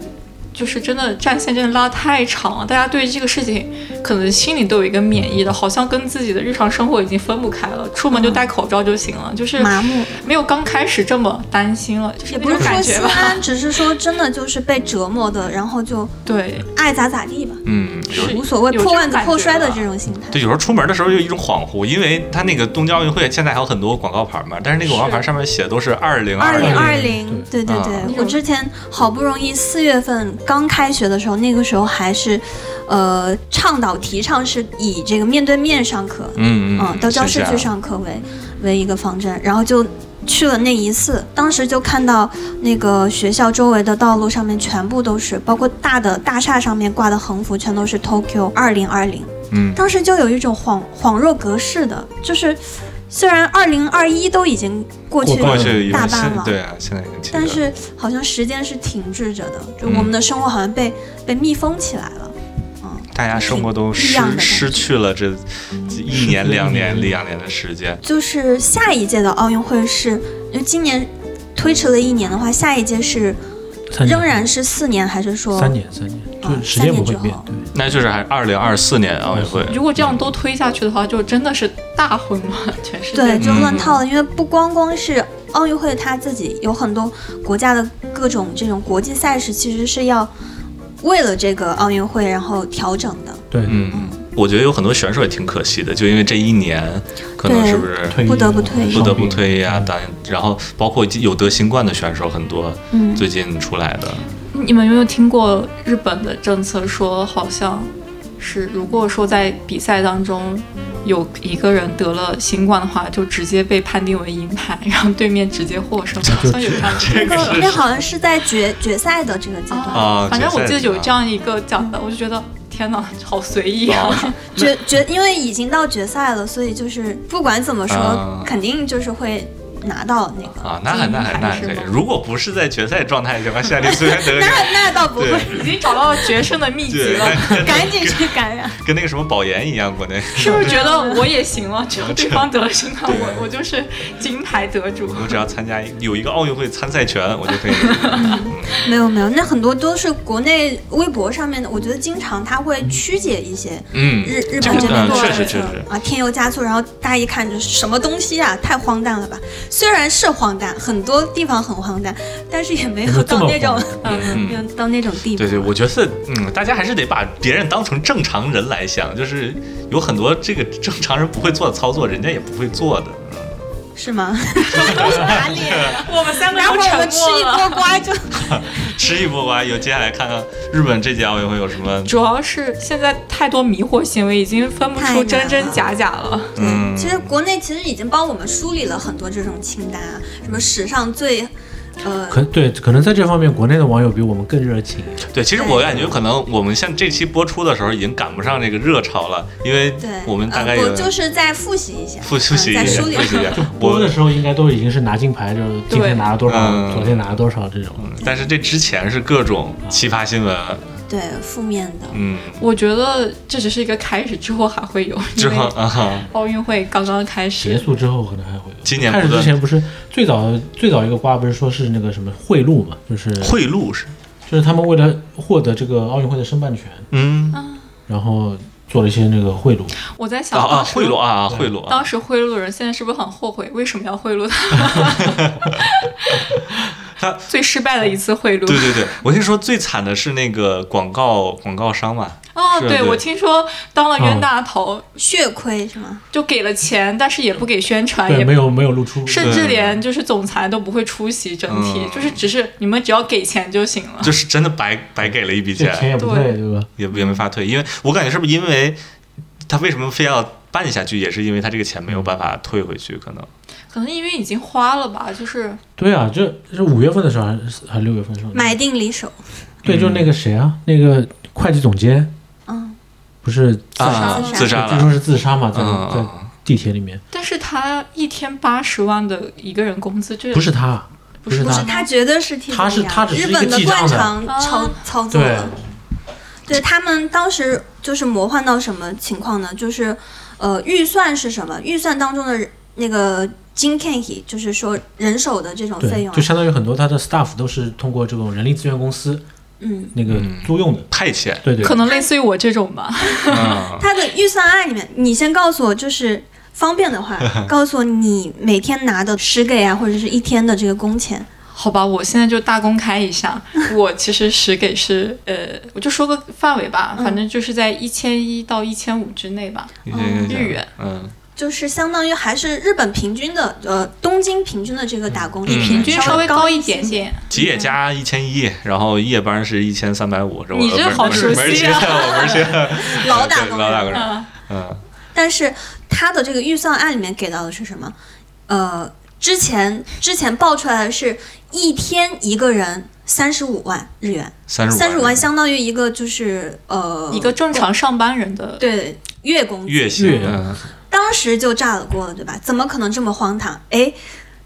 F: 就是真的战线真的拉太长了，大家对这个事情可能心里都有一个免疫的，好像跟自己的日常生活已经分不开了，出门就戴口罩就行了，就是
E: 麻木
F: 没有刚开始这么担心了，就是
E: 也
F: 那
E: 不是
F: 种
E: 说
F: 感
E: 心
F: 觉吧。
E: 安，只是说真的就是被折磨的，然后就
F: 对，
E: 爱咋咋地吧，
A: 嗯， 有
F: 是
E: 无所谓
F: 有这
E: 破
F: 种
E: 罐子
F: 感
E: 破
F: 觉
E: 摔的
F: 了
E: 这种心态。
A: 对，有时候出门的时候就一种恍惚，因为它那个东京奥运会现在还有很多广告牌嘛，但是那个广告牌
F: 是
A: 上面写的都是二零
E: 二零
A: 零
E: 二
D: 2020
E: 零，对对对
A: 啊，
E: 我之前好不容易四月份刚开学的时候，那个时候还是，呃，倡导提倡是以这个面对面上课，
A: 嗯
E: 嗯，到教室去，上课为为一个方针，然后就去了那一次，当时就看到那个学校周围的道路上面全部都是，包括大的大厦上面挂的横幅全都是 Tokyo 二零二零，
A: 嗯
E: 当时就有一种恍恍若隔世的，就是虽然二零二一都已经过去
D: 过
A: 过去一
E: 大
A: 段
E: 半了，
A: 对啊，现在已经记得
E: 但
A: 了
E: 是好像时间是停滞着的，就我们的生活好像被、被密封起来了。
A: 大家生活都
E: 是一样的
A: 失
E: 感觉嗯
A: 失去了这一年
D: 失去了
A: 两年
D: 一年
A: 两年的时间，
E: 就是下一届的奥运会是，因为今年推迟了一年的话，下一届是
D: 三年
E: 仍然是四年，还是说
D: 三年三年，就
E: 啊
D: 是时间不会
E: 三年之
D: 变
E: 后，
D: 对。
A: 那就是还二零二四年奥运会，
F: 如果这样多推下去的话，就真的是大混乱，全世界。
E: 对，就
A: 嗯
E: 乱套了。因为不光光是奥运会，它自己有很多国家的各种这种国际赛事，其实是要为了这个奥运会然后调整的。
D: 对，
A: 嗯，我觉得有很多选手也挺可惜的，就因为这一年可能
E: 对
A: 是不是
D: 退役
E: 不得不
D: 了
E: 退役
A: 不得不
D: 伤病
A: 退役啊，当然后包括有得新冠的选手很多
E: 嗯，
A: 最近出来的，
F: 你们有没有听过日本的政策说，好像是如果说在比赛当中有一个人得了新冠的话，就直接被判定为银牌，然后对面直接获胜，好像有这样的
E: 那个那好像是在决决赛的这个阶
F: 哦
E: 段，
A: 啊
F: 反正我记得有
A: 决赛是吧
F: 这样一个讲的，我就觉得天哪，好随意啊！
E: 决决因为已经到决赛了，所以就是不管怎么说，
A: 啊
E: 肯定就是会拿到那个。
A: 啊，那还那还那还可
F: 金牌
A: 以
F: 是。吗
A: 如果不是在决赛状态情况 下，你随便得
E: 那那倒不会，
F: 已经找到决胜的秘籍
A: 对，
F: 了，
A: 那
E: 赶紧去感染。
A: 跟那个什么保研一样，国内
F: 是不是觉得我也行了？只要对方得了新冠，我我就是金牌得主。
A: 我只要参加一有一个奥运会参赛权，我就可以。
E: 没有没有，那很多都是国内微博上面的，我觉得经常他会曲解一些
A: 嗯，
E: 日日
A: 这
E: 本
A: 个
E: 这边
A: 嗯
E: 做
A: 确
E: 的
A: 实
E: 政
A: 确
E: 策
A: 实，
E: 啊，添油加醋，然后大家一看就是什么东西啊，太荒诞了吧！虽然是荒诞，很多地方很荒诞，但是也没有到那种，
A: 嗯
E: 没有到那种地步。
A: 对对，我觉得嗯，大家还是得把别人当成正常人来想，就是有很多这个正常人不会做的操作，人家也不会做的。
E: 是吗？ 哪里？
F: 我们三个
E: 然
F: 都
E: 后我们
F: 沉
E: 吃
F: 默
E: 一
F: 了。
E: 锅瓜就
A: 吃一波吧，有接下来看看日本这届奥运会有什么。
F: 主要是现在太多迷惑行为，已经分不出真真假假了。
A: 嗯
E: 对，其实国内其实已经帮我们梳理了很多这种清单啊，什么史上最，呃，
D: 可对，可能在这方面，国内的网友比我们更热情。
A: 对，其实我感觉可能我们像这期播出的时候已经赶不上这个热潮了，因为
E: 对，
A: 我们大概
E: 呃、
A: 有
E: 我就是再复习一下，
A: 复复习一
E: 嗯
A: 下，
E: 再梳
A: 复
E: 理
A: 习一下。
D: 播的
A: 我
D: 时候应该都已经是拿金牌，就是今天拿了多
A: 对
D: 少，
A: 嗯
D: 昨天拿了多少这种。
A: 但是这之前是各种奇葩新闻，
E: 对负面的，
A: 嗯，
F: 我觉得这只是一个开始，之后还会有。
A: 之
F: 因
A: 后
F: 为
A: 啊哈，
F: 奥运会刚刚开
D: 结
F: 始，
D: 束之后可能还会有。
A: 今年
D: 开始
A: 不断
D: 之前不是最早最早一个瓜不是说是那个什么贿赂嘛，就是
A: 贿赂是，
D: 就是他们为了获得这个奥运会的申办权，
A: 嗯，
D: 然后做了一些那个贿赂。
F: 我在想
A: 啊啊，
F: 当时
A: 贿赂啊，贿赂啊
F: 当，时贿赂的人现在是不是很后悔？为什么要贿赂他？
A: 他
F: 最失败的一次贿赂。
A: 对对对，我听说最惨的是那个广告广告商嘛，
F: 哦，
A: 是
F: 对，
A: 对哦
F: 我听说当了冤大头，
E: 血亏是吗？
F: 就给了钱，但是也不给宣传，
D: 对，
F: 也
D: 没有没有露出，
F: 甚至连就是总裁都不会出席，整体、
A: 嗯
F: 就是只是你们只要给钱就行了。
A: 就是真的白白给了一笔
D: 这钱
A: 钱，
D: 也不
F: 对
D: 退，对吧？
A: 也也没法退，因为我感觉是不是因为他为什么非要办下去，也是因为他这个钱没有办法退回去，可能
F: 可能因为已经花了吧，就是
D: 对啊，这是五月份的时候还是还是六月份的时候？
E: 买定离手，
D: 对，就是那个谁啊，那个会计总监
E: 嗯，
D: 不是
A: 啊
E: 自杀
A: 自杀
D: 据说
A: 了，
D: 是嗯自杀嘛，在
A: 嗯
D: 在
A: 嗯
D: 地铁里面，
F: 但是他一天八十万的一个人工资，这
D: 不是他，
F: 不是
D: 不
E: 不
D: 是
E: 是，他绝对是替罪
D: 他是
E: 羊
D: 他只是
E: 日
D: 一个
E: 本的
D: 记
E: 惯
D: 账的
E: 常操
F: 啊
E: 操作
D: 对
E: 了。对他们当时就是魔幻到什么情况呢？就是呃，预算是什么？预算当中的人那个金 k e 就是说人手的这种费
D: 对，
E: 用啊
D: 就，相当于很多他的 staff 都是通过这种人力资源公司
E: 嗯，
D: 那个
A: 嗯
D: 租用的，
A: 派遣，
D: 对对，
F: 可能类似于我这种吧。
A: 嗯，
E: 他的预算案里面，你先告诉我，就是方便的 话，告诉我你每天拿的十给啊，或者是一天的这个工钱，
F: 好吧，我现在就大公开一下，我其实实给是呃，我就说个范围吧，反正就是在一千一到一千五之内吧。
A: 你这个
F: 日元，
A: 嗯，
E: 就是相当于还是日本平均的，呃，东京平均的这个打工率，
A: 嗯
F: 平均稍微高
E: 高
F: 一
E: 些
F: 点。点，
A: 吉野家一千一，然后夜班是一千三百五，这我
F: 嗯你这
A: 门儿
F: 好熟
A: 门儿
F: 悉
A: 清
F: 啊
A: 我门儿清
E: 老打
A: 对
E: 工
A: 老打工
E: 人。
A: 人，
F: 嗯，
A: 嗯，
E: 但是他的这个预算案里面给到的是什么？呃，之前之前报出来的是一天一个人三十五万日元，
A: 三十五
E: 三十五万相当于一个就是呃
F: 一个正常上班人的
E: 对月工资，
A: 月薪
D: 月，
A: 嗯
E: 当时就炸了锅了，对吧？怎么可能这么荒唐？哎。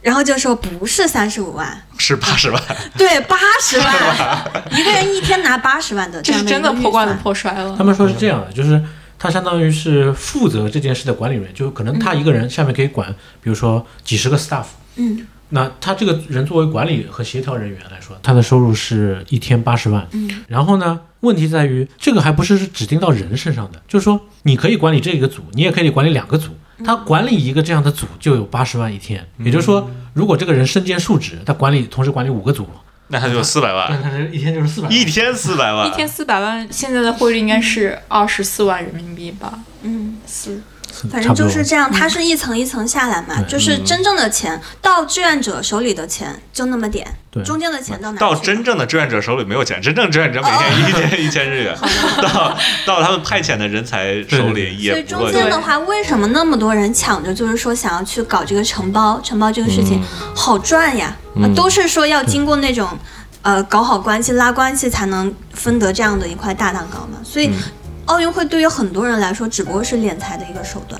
E: 然后就说不是三十五万，
A: 是八十万，
E: 对，八十万，一个人一天拿八十万的
F: 这
E: 样
F: 是
E: 一个
F: 真的破罐子
E: 预算
F: 破摔
D: 他
F: 了。
D: 们说是这样的，就是他相当于是负责这件事的管理人员，就是可能他一个人下面可以管，比如说几十个 staff。
E: 嗯，
D: 那他这个人作为管理和协调人员来说，他的收入是一天八十万。嗯，然后呢，问题在于这个还不是指定到人身上的，就是说你可以管理这一个组，你也可以管理两个组。
E: 嗯
D: 他管理一个这样的组就有八十万一天，
A: 嗯
D: 也就是说，如果这个人身兼数职，他管理同时管理五个组，
A: 那他就四百
D: 那
A: 万，
D: 他这一天就是四百。
A: 啊一天四百万，
F: 一天四百万，现在的汇率应该是二十四万人民币吧？
E: 嗯，
F: 四
E: 反正就是
D: 差嗯
E: 这样，
F: 嗯
E: 它是一层一层下来嘛，就是真正的钱到志愿者手里的钱就那么点，
D: 不多对
E: 中间的钱到哪去了？
A: 到真正的志愿者手里没有钱，真正志愿者每
F: 哦
A: 天一 千一千日元，到到他们派遣的人才手里
E: 所以
A: 也不
E: 中
A: 过
E: 间的话，为什么那么多人抢着就是说想要去搞这个承包？承包这个事情、
D: 嗯
E: 好赚呀、啊都是说要经过那种呃搞好关系、拉关系才能分得这样的一块大蛋糕嘛。
D: 嗯
E: 所以、奥运会对于很多人来说，只不过是敛财的一个手段。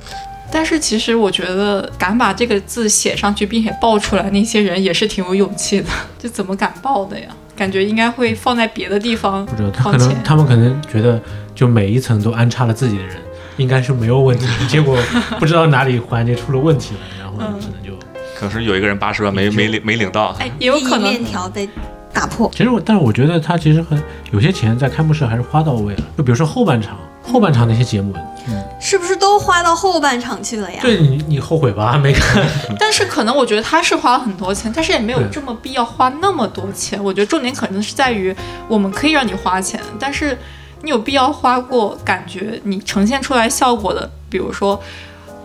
F: 但是其实我觉得敢把这个字写上去并且爆出来那些人也是挺有勇气的，这怎么敢爆的呀？ 感觉应该会放在别的地方
D: 不知道，他可
F: 放钱
D: 能。他们可能觉得，就每一层都安插了自己的人，应该是没有问题的。结 果不知道哪里环节出了问题了，然后
F: 嗯
D: 只能就……
A: 可是有一个人八十万没没领没领到，
F: 哎，也有
E: 第一
F: 可能
E: 面条被打破。
D: 其实我，但是我觉得他其实很有些钱在开幕式还是花到位了。就比如说后半场，后半场那些节目，
F: 嗯
E: 是不是都花到后半场去了呀？
D: 对你你后悔吧？没看，
F: 但是可能我觉得他是花了很多钱，但是也没有
D: 对
F: 这么必要花那么多钱。我觉得重点可能是在于，我们可以让你花钱，但是你有必要花过感觉你呈现出来效果的，比如说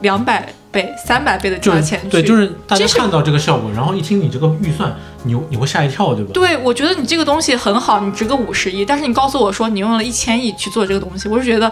F: 两百倍、三百倍的
D: 就
F: 价钱
D: 是
F: 去。
D: 对，就是大家
F: 这是
D: 看到这个效果，然后一听你这个预算，你你会吓一跳，对吧？
F: 对，我觉得你这个东西很好，你值个五十亿，但是你告诉我说你用了一千亿去做这个东西，我就觉得，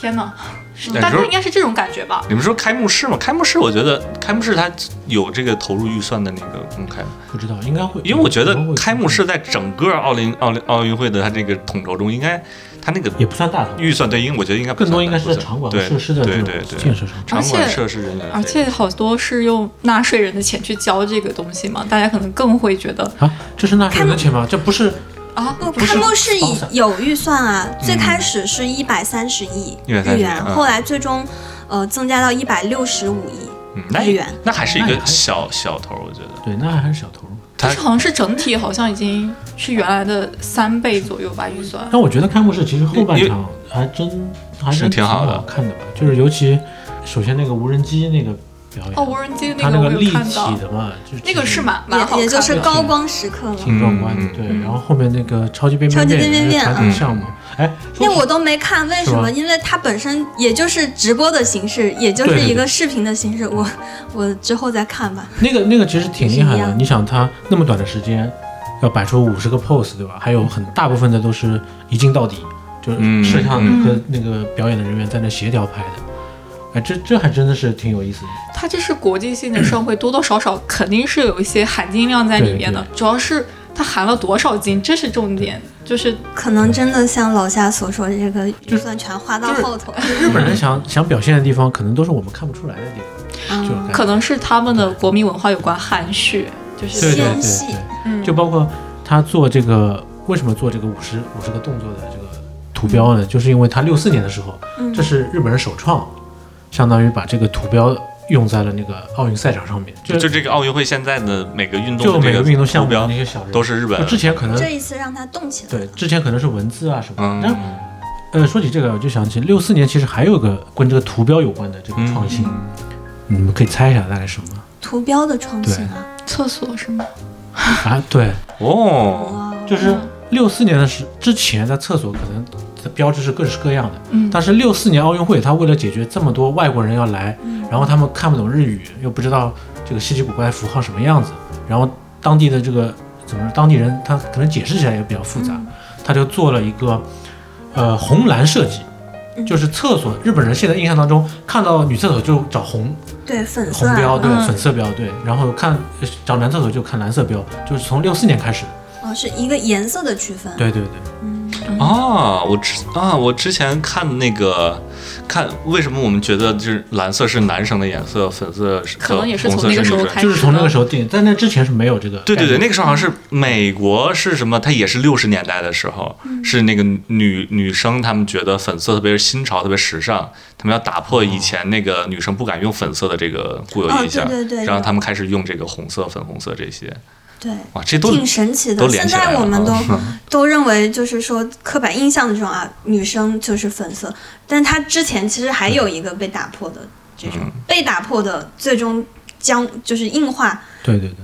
F: 天哪！是
A: 但
F: 大
A: 是
F: 家应该是这种感觉吧？
A: 你们说开幕式嘛？开幕式我觉得开幕式它有这个投入预算的那个公开，
D: 不知道应该会，
A: 因为我觉得
D: 可能会
A: 开幕式在整个奥林奥林奥运会的它这个统筹中，应该它那个
D: 也不算大头，
A: 预算对应，我觉得应该不
D: 更多
A: 算
D: 应该
A: 大
D: 是在
A: 不算
D: 场馆和
A: 对
D: 设施的
A: 对
D: 这种
A: 对对
D: 建设上。
A: 场
F: 而
A: 馆
F: 且
A: 设施人员，
F: 而且好多是用纳税人的钱去交这个东西嘛，大家可能更会觉得
D: 啊，这是纳税人的钱吗？这不是
F: 啊，
E: 不，
D: 不是嗯
E: 开幕式
D: 包
E: 以
D: 伞
E: 有预算啊，最开始是一百三十亿
A: 130
E: 日
A: 亿
E: 元，
A: 嗯
E: 后来最终呃增加到一百六十五亿。
A: 嗯那
E: 日元
A: 那还是一
D: 那也
A: 个
D: 还
A: 小小头，我觉得。
D: 对，那还是小头。
A: 它
F: 就是好像是整体好像已经是原来的三倍左右吧预算。
D: 但我觉得开幕式其实后半
A: 因为
D: 场还真还
A: 是
D: 真
A: 挺好的
D: 看的吧，就是尤其首先那个无人机那个表演，
F: 哦，无人机
D: 它
F: 那个我
D: 个立
F: 有看到
D: 体，的嘛，就是
F: 那个是蛮蛮好看
E: 也
F: 的，
E: 也就是高光时刻了。
D: 挺壮观的
A: 嗯，
D: 对
F: 嗯。
D: 然后后面那个超级变
E: 超级
D: 变
E: 变变
D: 那个
A: 变
D: 传
F: 啊
D: 统项目，哎，说
E: 那
D: 起
E: 我都没看，为什
D: 是吗
E: 么？因为它本身也就是直播的形式，也就
D: 对
E: 是
D: 对对
E: 一个视频的形式。我我之后再看吧。
D: 那个那个其实挺厉害
E: 也是一
D: 的，
E: 样
D: 你想他那么短的时间，要摆出五十个 pose 对吧？还有很大部分的都是一镜到底，就是
A: 嗯
D: 摄像
F: 嗯
D: 和那个表演的人员在那协调拍的。哎，这这还真的是挺有意思的。
F: 它这是国际性的盛会，多多少少肯定是有一些含金量在里面的
D: 对，
F: 主要是它含了多少金，这是重点。就是
E: 可能真的像老夏所说，这个预算全花到
D: 就是
E: 后头。
D: 日本人想想表现的地方，可能都是我们看不出来的地方，这种
E: 嗯，
D: 感觉
F: 可能是他们的国民文化有关含蓄，就是
D: 对对对
E: 纤细
D: 对，
F: 嗯
D: 就包括他做这个为什么做这个五十五十个动作的这个图标呢？就是因为他六四年的时候，
E: 嗯
D: 这是日本人首创，相当于把这个图标用在了那个奥运赛场上面，
A: 就就这个奥运会现在的每个运动
D: 就
A: 的
D: 每
A: 这
D: 个
A: 个
D: 运动项
A: 目
D: 目
A: 标
D: 那些小人
A: 都是日本
D: 就之前可能
E: 这一次让它动起来。
D: 对之前可能是文字啊什么的，但
A: 嗯
D: 呃说起这个我就想起六四年其实还有个跟这个图标有关的这个创新，
E: 嗯
D: 你们可以猜一下大概什么
E: 图标的创新啊，
F: 厕所是吗？
D: 啊？对，
A: 哦，
E: 哇，
D: 就是六四年的时之前在厕所可能的标志是各式各样的，
F: 嗯
D: 但是六四年奥运会，他为了解决这么多外国人要来，
F: 嗯
D: 然后他们看不懂日语，又不知道这个稀奇古怪的符号什么样子，然后当地的这个怎么说，当地人他可能解释起来也比较复
F: 嗯
D: 杂，他就做了一个呃红蓝设计。
F: 嗯
D: 就是厕所，日本人现在印象当中看到女厕所就找红
E: 对粉色
D: 红
E: 啊
D: 标，对
F: 嗯
D: 粉色标，对，然后看呃找男厕所就看蓝色标，就是从六四年开始的，
E: 哦，是一个颜色的区分。
D: 对对对。
E: 嗯，
A: 啊，我之啊，我之前看那个，看为什么我们觉得就是蓝色是男生的颜色，粉色是
F: 可能也是
A: 红
F: 从
A: 色
F: 那
A: 是
F: 个
A: 女
F: 时候
A: 生。
F: 开始
D: 就
F: 的，
D: 是从那个时候定，在那之前是没有这个概
A: 对
D: 念。
A: 对对，那个时候好
E: 嗯
A: 像是美国是什么？它也是六十年代的时候，
E: 嗯
A: 是那个女女生她们觉得粉色特别是新潮，特别时尚，她们要打破以前那个女生不敢用粉色的这个固有
E: 哦
A: 印象，
E: 对对对
A: 然后她们开始用这个红色、粉红色这些。
E: 对。
A: 哇，这都
E: 挺神奇
A: 都
E: 的，
A: 连
E: 现
A: 起来
E: 在
A: 了
E: 我们都
A: 嗯
E: 都认为就是说刻板印象的这种啊，女生就是粉色，但她之前其实还
A: 嗯
E: 有一个被打破的这种、被打破的，最终僵就是硬化
D: 对对对，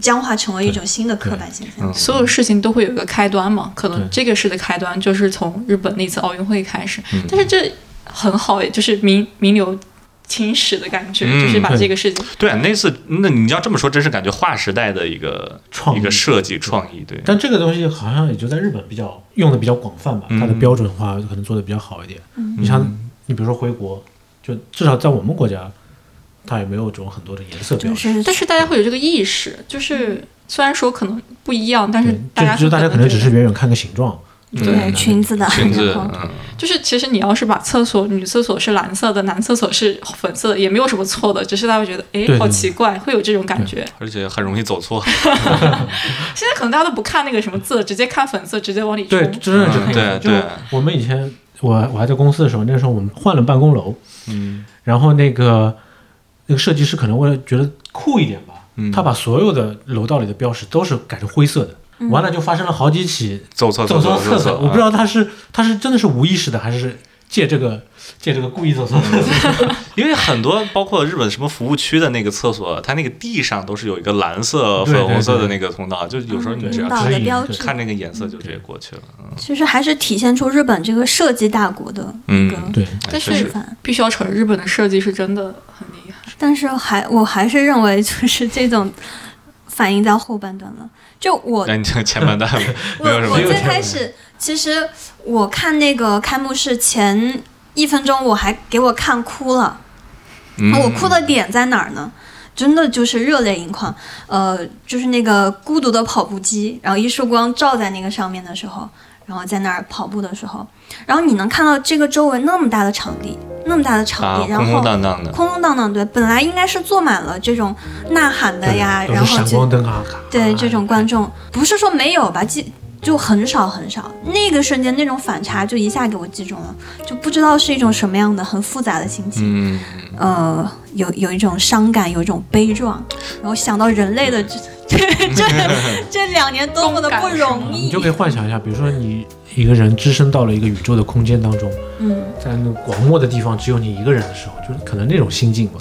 E: 僵化成为一种新的刻板现
A: 嗯
E: 象。
F: 所有事情都会有一个开端嘛，可
D: 嗯对
F: 能这个事的开端就是从日本那次奥运会开始，
D: 嗯
F: 但是这很好，也就是名名留青史的感觉，
A: 嗯
F: 就是把
D: 对
F: 这个事情
A: 对啊，那次那你要这么说，真是感觉划时代的一个
D: 创意
A: 一个设计创意，对，
D: 但这个东西好像也就在日本比较用的比较广泛吧，它的
A: 嗯
D: 标准化可能做的比较好一点。
F: 嗯
D: 你像你比如说回国，就至少在我们国家，它也没有这种很多的颜色标
E: 就
D: 识。
E: 是，
F: 但是大家会有这个意识，就是虽然说可能不一样，但是
D: 嗯
F: 大
D: 对，
F: 家
D: 就就大家可能
F: 觉
D: 只
F: 得
D: 是远远看个形状。
E: 对裙子的，
A: 裙子，
E: 然后
A: 嗯，
F: 就是其实你要是把厕所女厕所是蓝色的，男厕所是粉色的，也没有什么错的，只是大家会觉得
D: 对
F: 哎好奇怪，会有这种感觉。
A: 而且很容易走错，
F: 现在可能大家都不看那个什么字，直接看粉色，直接往里冲。
D: 对，真的是
A: 嗯
D: 很
A: 对
D: 就
A: 对
D: 我们以前我我还在公司的时候，那时候我们换了办公楼，
A: 嗯，
D: 然后那个那个设计师可能为了觉得酷一点吧，
A: 嗯
D: 他把所有的楼道里的标识都是改成灰色的，完了就发生了好几起
A: 走错
D: 走
A: 错
D: 错厕
A: 错，
D: 所，我不知道他是他是真的是无意识的，还是借这个借这个故意走错厕所。
A: 因为很多包括日本什么服务区的那个厕所，它那个地上都是有一个蓝色、粉
D: 对对
A: 红色的那个通道，就有时候你只要
E: 引导
D: 可
E: 的
D: 以
E: 嗯标
D: 对
E: 志，
A: 看那个颜色就直接过去了。嗯
E: 其实还是体现出日本这个设计大国的一个
A: 嗯
D: 对，
F: 但
A: 确
F: 是
A: 实
E: 范。
F: 必须要承认，日本的设计是真的很厉害。
E: 但是还我还是认为就是这种反映在后半段了。就我
A: 哎那你这前半段
E: 我
A: 没有什么
E: 我
D: 只有
E: 最
D: 前
E: 开
D: 面
E: 始其实我看那个开幕式前一分钟，我还给我看哭了。
A: 嗯
E: 啊我哭的点在哪儿呢？真的就是热泪盈眶，呃，就是那个孤独的跑步机，然后一束光照在那个上面的时候，然后在那儿跑步的时候，然后你能看到这个周围那么大的场地，那么大的场
A: 啊，
E: 地，然后
A: 空空荡荡的，
E: 空空荡荡，对，本来应该是坐满了这种呐喊的哎呀，
D: 都
E: 然
D: 是
E: 后
D: 闪
E: 就
D: 光灯啊，咔
E: 对这种观众，不是说没有吧，记就很少很少。那个瞬间那种反差就一下给我击中了，就不知道是一种什么样的很复杂的心情，
A: 嗯，
E: 呃，有有一种伤感，有一种悲壮，然后想到人类的这 这这两年多么的不容
D: 你
E: 易
D: 就，可以幻想一下，比如说你一个人置身到了一个宇宙的空间当中，
E: 嗯，
D: 在那广漠的地方只有你一个人的时候，就是可能那种心 境吧。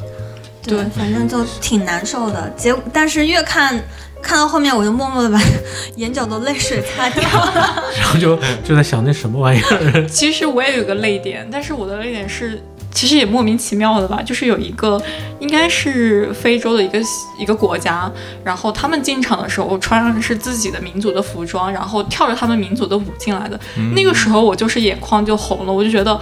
E: 对，反正就挺难受的。结果，但是越看看到后面，我就默默的把 眼角的泪水擦掉 了。
D: 然后就就在想那什么玩意儿，
F: 其实我也有个泪点，但是我的泪点是，其实也莫名其妙的吧，就是有一个应该是非洲的一个一个国家，然后他们进场的时候穿上的是自己的民族的服装，然后跳着他们民族的舞进来的，
D: 嗯
F: 那个时候我就是眼眶就红了，我就觉得。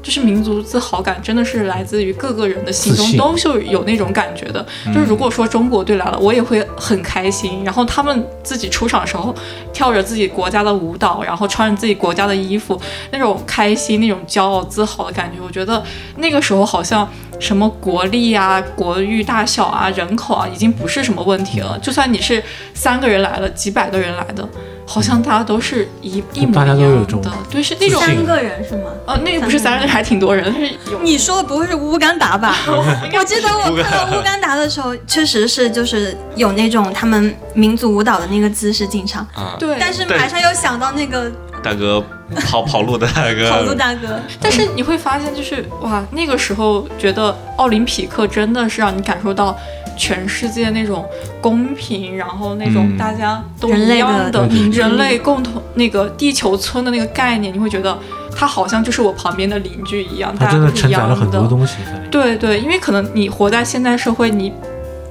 F: 就是民族自豪感，真的是来自于各个人的心
D: 自
F: 中
D: 信
F: 都是有那种感觉的。
D: 嗯
F: 就是如果说中国队来了，我也会很开心。然后他们自己出场的时候，跳着自己国家的舞蹈，然后穿着自己国家的衣服，那种开心、那种骄傲、自豪的感觉，我觉得那个时候好像什么国力啊、国域大小啊、人口啊，已经不是什么问题
D: 嗯
F: 了。就算你是三个人来了，几百个人来的，好像大家都是一一模
D: 大家
F: 一
D: 都有
F: 样
D: 这种
F: 的，对，是那种。
E: 三个人是吗？
F: 哦，那个不是三个人，还挺多人，但是有
E: 你说的不会是乌干达吧？我记得我看到乌干达的时候，确实是就是有那种他们民族舞蹈的那个姿势进场，
A: 啊，
F: 对，
E: 但是马上又想到那个
A: 大哥跑跑路的大哥，
E: 跑路大哥，
F: 但是你会发现，就是哇，那个时候觉得奥林匹克真的是让你感受到全世界那种公平，然后那种
A: 嗯
F: 大家都
E: 人
F: 一
E: 类
F: 样
E: 的
F: 的
E: 民族
F: 人类共同那个地球村的那个概念，你会觉得它好像就是我旁边的邻居一样，
D: 它
F: 大家
D: 真
F: 都
D: 的
F: 是
D: 承
F: 一
D: 载
F: 样
D: 了
F: 的
D: 很多东西在里面。
F: 对对，因为可能你活在现代社会，你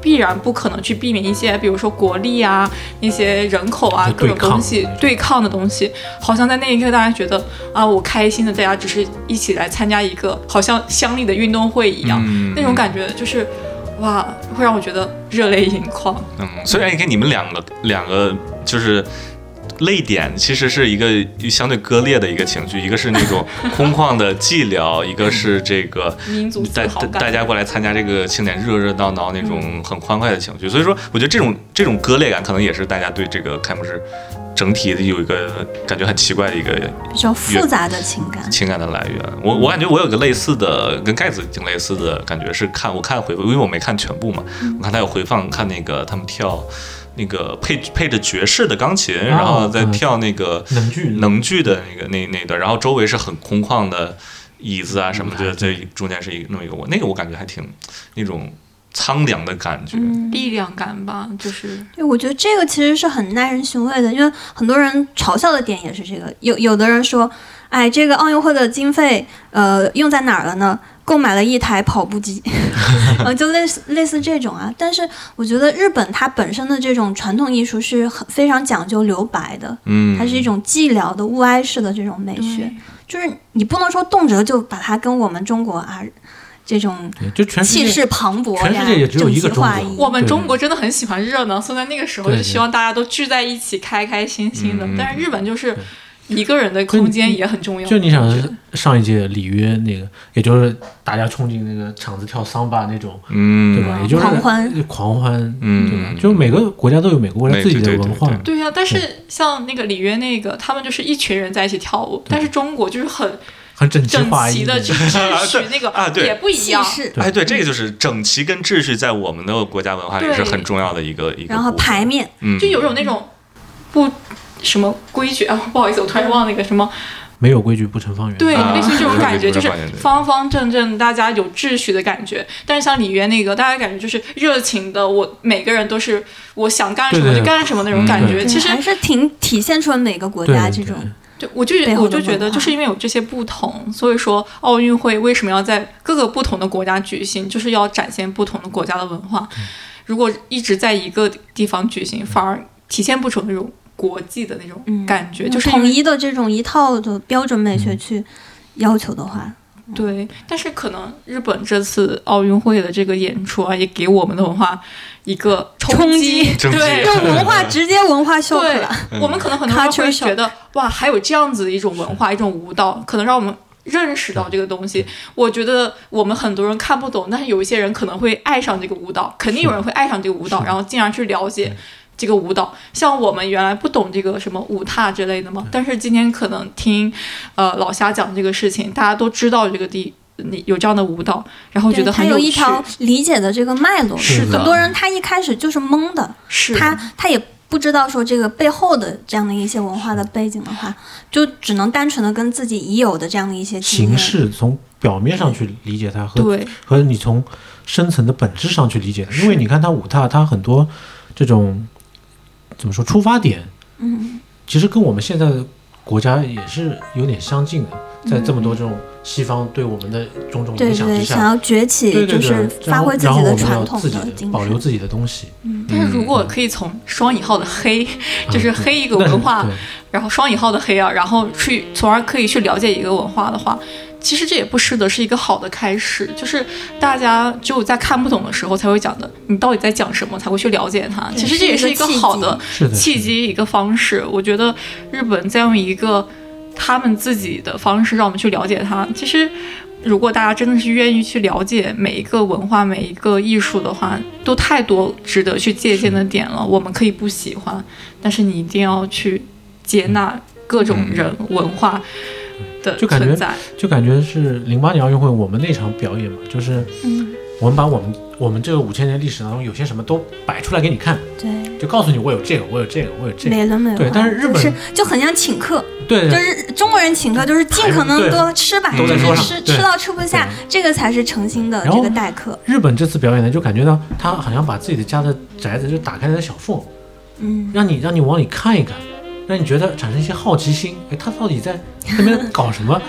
F: 必然不可能去避免一些，比如说国力啊、那些人口啊
D: 就
F: 各种
D: 对抗
F: 东西对抗的东西，好像在那一刻大家觉得啊，我开心的，大家只是一起来参加一个好像乡里的运动会一样，
A: 嗯
F: 那种感觉就是哇，会让我觉得热泪盈眶。
A: 嗯，虽然你看你们两个两个就是泪点，其实是一个相对割裂的一个情绪，一个是那 种空旷的寂寥，一个是这个
F: 民族自
A: 大
F: 豪
A: 大
F: 感嗯
A: 大家过来参加这个庆典热热闹闹那种很欢快的情绪。所以说，我觉得这种这种割裂感，可能也是大家对这个开幕式整体的有一个感觉很奇怪的一个
E: 比较复杂的情感。
A: 情感的来源。我我感觉我有个类似的，跟盖子挺类似的感觉，是看我看回放，因为我没看全部嘛，我看他有回放，看那个他们跳那个配配着爵士的钢琴，然后再
D: 嗯
A: 跳那个
D: 能剧
A: 能剧的那个那那段，然后周围是很空旷的椅子啊什么的，这中间是一个那么一个我那个我感觉还挺那种苍凉的感觉，
F: 力量感吧，就是
E: 对，我觉得这个其实是很耐人寻味的，因为很多人嘲笑的点也是这个。有有的人说，哎，这个奥运会的经费，呃，用在哪儿了呢？购买了一台跑步机， 呃，就类似类似这种啊。但是我觉得日本它本身的这种传统艺术是很非常讲究留白的，
A: 嗯，
E: 它是一种寂寥的物哀式的这种美学，就是你不能说动辄就把它跟我们中国啊这种
D: 对就全世
E: 气
D: 界
E: 势磅礴呀，
D: 全世界也只有一个
E: 整齐划
D: 中
E: 一
D: 国
F: 我们
D: 对
F: 中国真的很喜欢热闹，所以在那个时候
D: 对
F: 就希望大家都聚在一起，开开心心的。
A: 嗯
F: 但是日本就是一个人的空间也很重要。
D: 就你
F: 我
D: 想
F: 觉得
D: 上一届里约那个，也就是大家冲进那个场子跳桑巴那种，
A: 嗯，
D: 对吧？也就是
E: 狂欢
D: 狂欢，
A: 嗯
D: 对吧？就每个国家都有每个国家
A: 每
D: 自己的
A: 对对
D: 文化
A: 对
D: 嘛，
F: 对呀、但是像那个里约那个，他们就是一群人在一起跳舞，但是中国就是很
D: 很整齐
F: 整
D: 划一
F: 齐的
D: 的。
F: 去秩序
A: 对，
F: 那个
A: 啊对
F: 也不一
E: 气
F: 样。
E: 势。
A: 哎，对，这个就是整齐跟秩序，在我们的国家文化里
F: 对
A: 是很重要的一个一个部分。
E: 然后排面，
A: 嗯，
F: 就有种那种不什么规矩啊， 不好意思，我突然忘了那个什么，
D: 没有规矩不成方圆。
F: 对，
A: 啊
F: 类似于这种感觉，
A: 有这种
F: 就是
A: 感觉对
F: 方方正正，大家有秩序的感觉。但是像里约那个，大家感觉就是热情的，我每个人都是我想干什么
D: 对对
F: 就干什么那种感觉。
E: 嗯对
F: 其实
E: 还是挺体现出了每个国
D: 对
E: 家这
D: 对
E: 种
F: 对，我就
E: 背后
F: 我
E: 的
F: 就觉
E: 文
F: 得，
E: 化
F: 就是因为有这些不同，所以说奥运会为什么要在各个不同的国家举行，就是要展现不同的国家的文化。
A: 嗯
F: 如果一直在一个地方举行，反而体现不出那种国际的那种
E: 嗯
F: 感觉，就是因
E: 统
F: 为
E: 一的这种一套的标准美
D: 嗯
E: 学去要求的 话，
F: 对，但是可能日本这次奥运会的这个演出啊，也给我们的文化一个
E: 冲
F: 击。
E: 击
A: 冲击
F: 对，
E: 用文化直接文化秀
F: 对
E: 了。，
D: 嗯
F: 我们可能很多人
E: Culture
F: 会觉得，哇，还有这样子的一种文化，一种舞蹈，可能让我们。认识到这个东西，我觉得我们很多人看不懂，但是有一些人可能会爱上这个舞蹈，肯定有人会爱上这个舞蹈，然后进而去了解这个舞蹈。像我们原来不懂这个什么舞踏之类的嘛，但是今天可能听呃老虾讲这个事情，大家都知道这个地你有这样的舞蹈，然后觉得
E: 对他
F: 很
E: 有一
F: 趣。
E: 条理解的这个脉络，
D: 是的
E: 很多人他一开始就是懵的，
F: 是
E: 他他也不知道说这个背后的这样的一些文化的背景的话，就只能单纯的跟自己已有的这样的一些经
D: 形
E: 验
D: 式从表面上去理解它和
F: 对
D: 和你从深层的本质上去理解它，因为你看它舞踏，它很多这种怎么说出发点，
E: 嗯，
D: 其实跟我们现在的国家也是有点相近的，在这么多这种西方对我们的种种
E: 嗯对
D: 影响
E: 对，
D: 之
E: 想
D: 下，
E: 要崛起
D: 对对
E: 就
D: 对，
E: 是
D: 然
E: 发
D: 后
E: 挥自
D: 然后
E: 己
D: 我
E: 的
D: 们要
E: 传统
D: 自己
E: 精
D: 保留
E: 神，嗯
D: 自己的东西，
F: 但是如果可以从双引号的黑，就是黑一个
D: 嗯 那啊是
F: 文化，
D: 对
F: 然后双引号的黑啊，然后去从而可以去了解一个文化的话，其实这也不失得是一个好的开始。就是大家只有在看不懂的时候才会讲的，你到底在讲什么，才会去了解它。
E: 对
F: 其实这也是一个好的
D: 是的是
F: 契
D: 的
F: 机，一个方式。我觉得日本在用一个他们自己的方式让我们去了解它。其实。如果大家真的是愿意去了解每一个文化、每一个艺术的话，都太多值得去借鉴的点
D: 嗯
F: 了。我们可以不喜欢，但是你一定要去接纳各种人文化的
D: 嗯就感觉
F: 存在。
D: 就感觉是零八年奥运会我们那场表演嘛，就是
E: 嗯，
D: 我们把我们我们这个五千年历史当中有些什么都摆出来给你看，
E: 对。
D: 就告诉你我有这个，我有这个，我有这个，
E: 美轮美奂，
D: 对但是日本
E: 啊就是就很像请客，
D: 对
E: 就
D: 对
E: 是中国人请客就是尽可能多吃吧，
D: 都
E: 就
A: 在
E: 是
A: 桌
D: 上
E: 吃
D: 对
E: 吃到吃不下
D: 对，
E: 这个才是诚心的
D: 然后
E: 这个待客。
D: 日本这次表演呢，就感觉到他好像把自己的家的宅子就打开了小缝，
E: 嗯，
D: 让你让你往里看一看，
F: 嗯
D: 让你觉得产生一些好奇心，哎，他到底在那边搞 什么？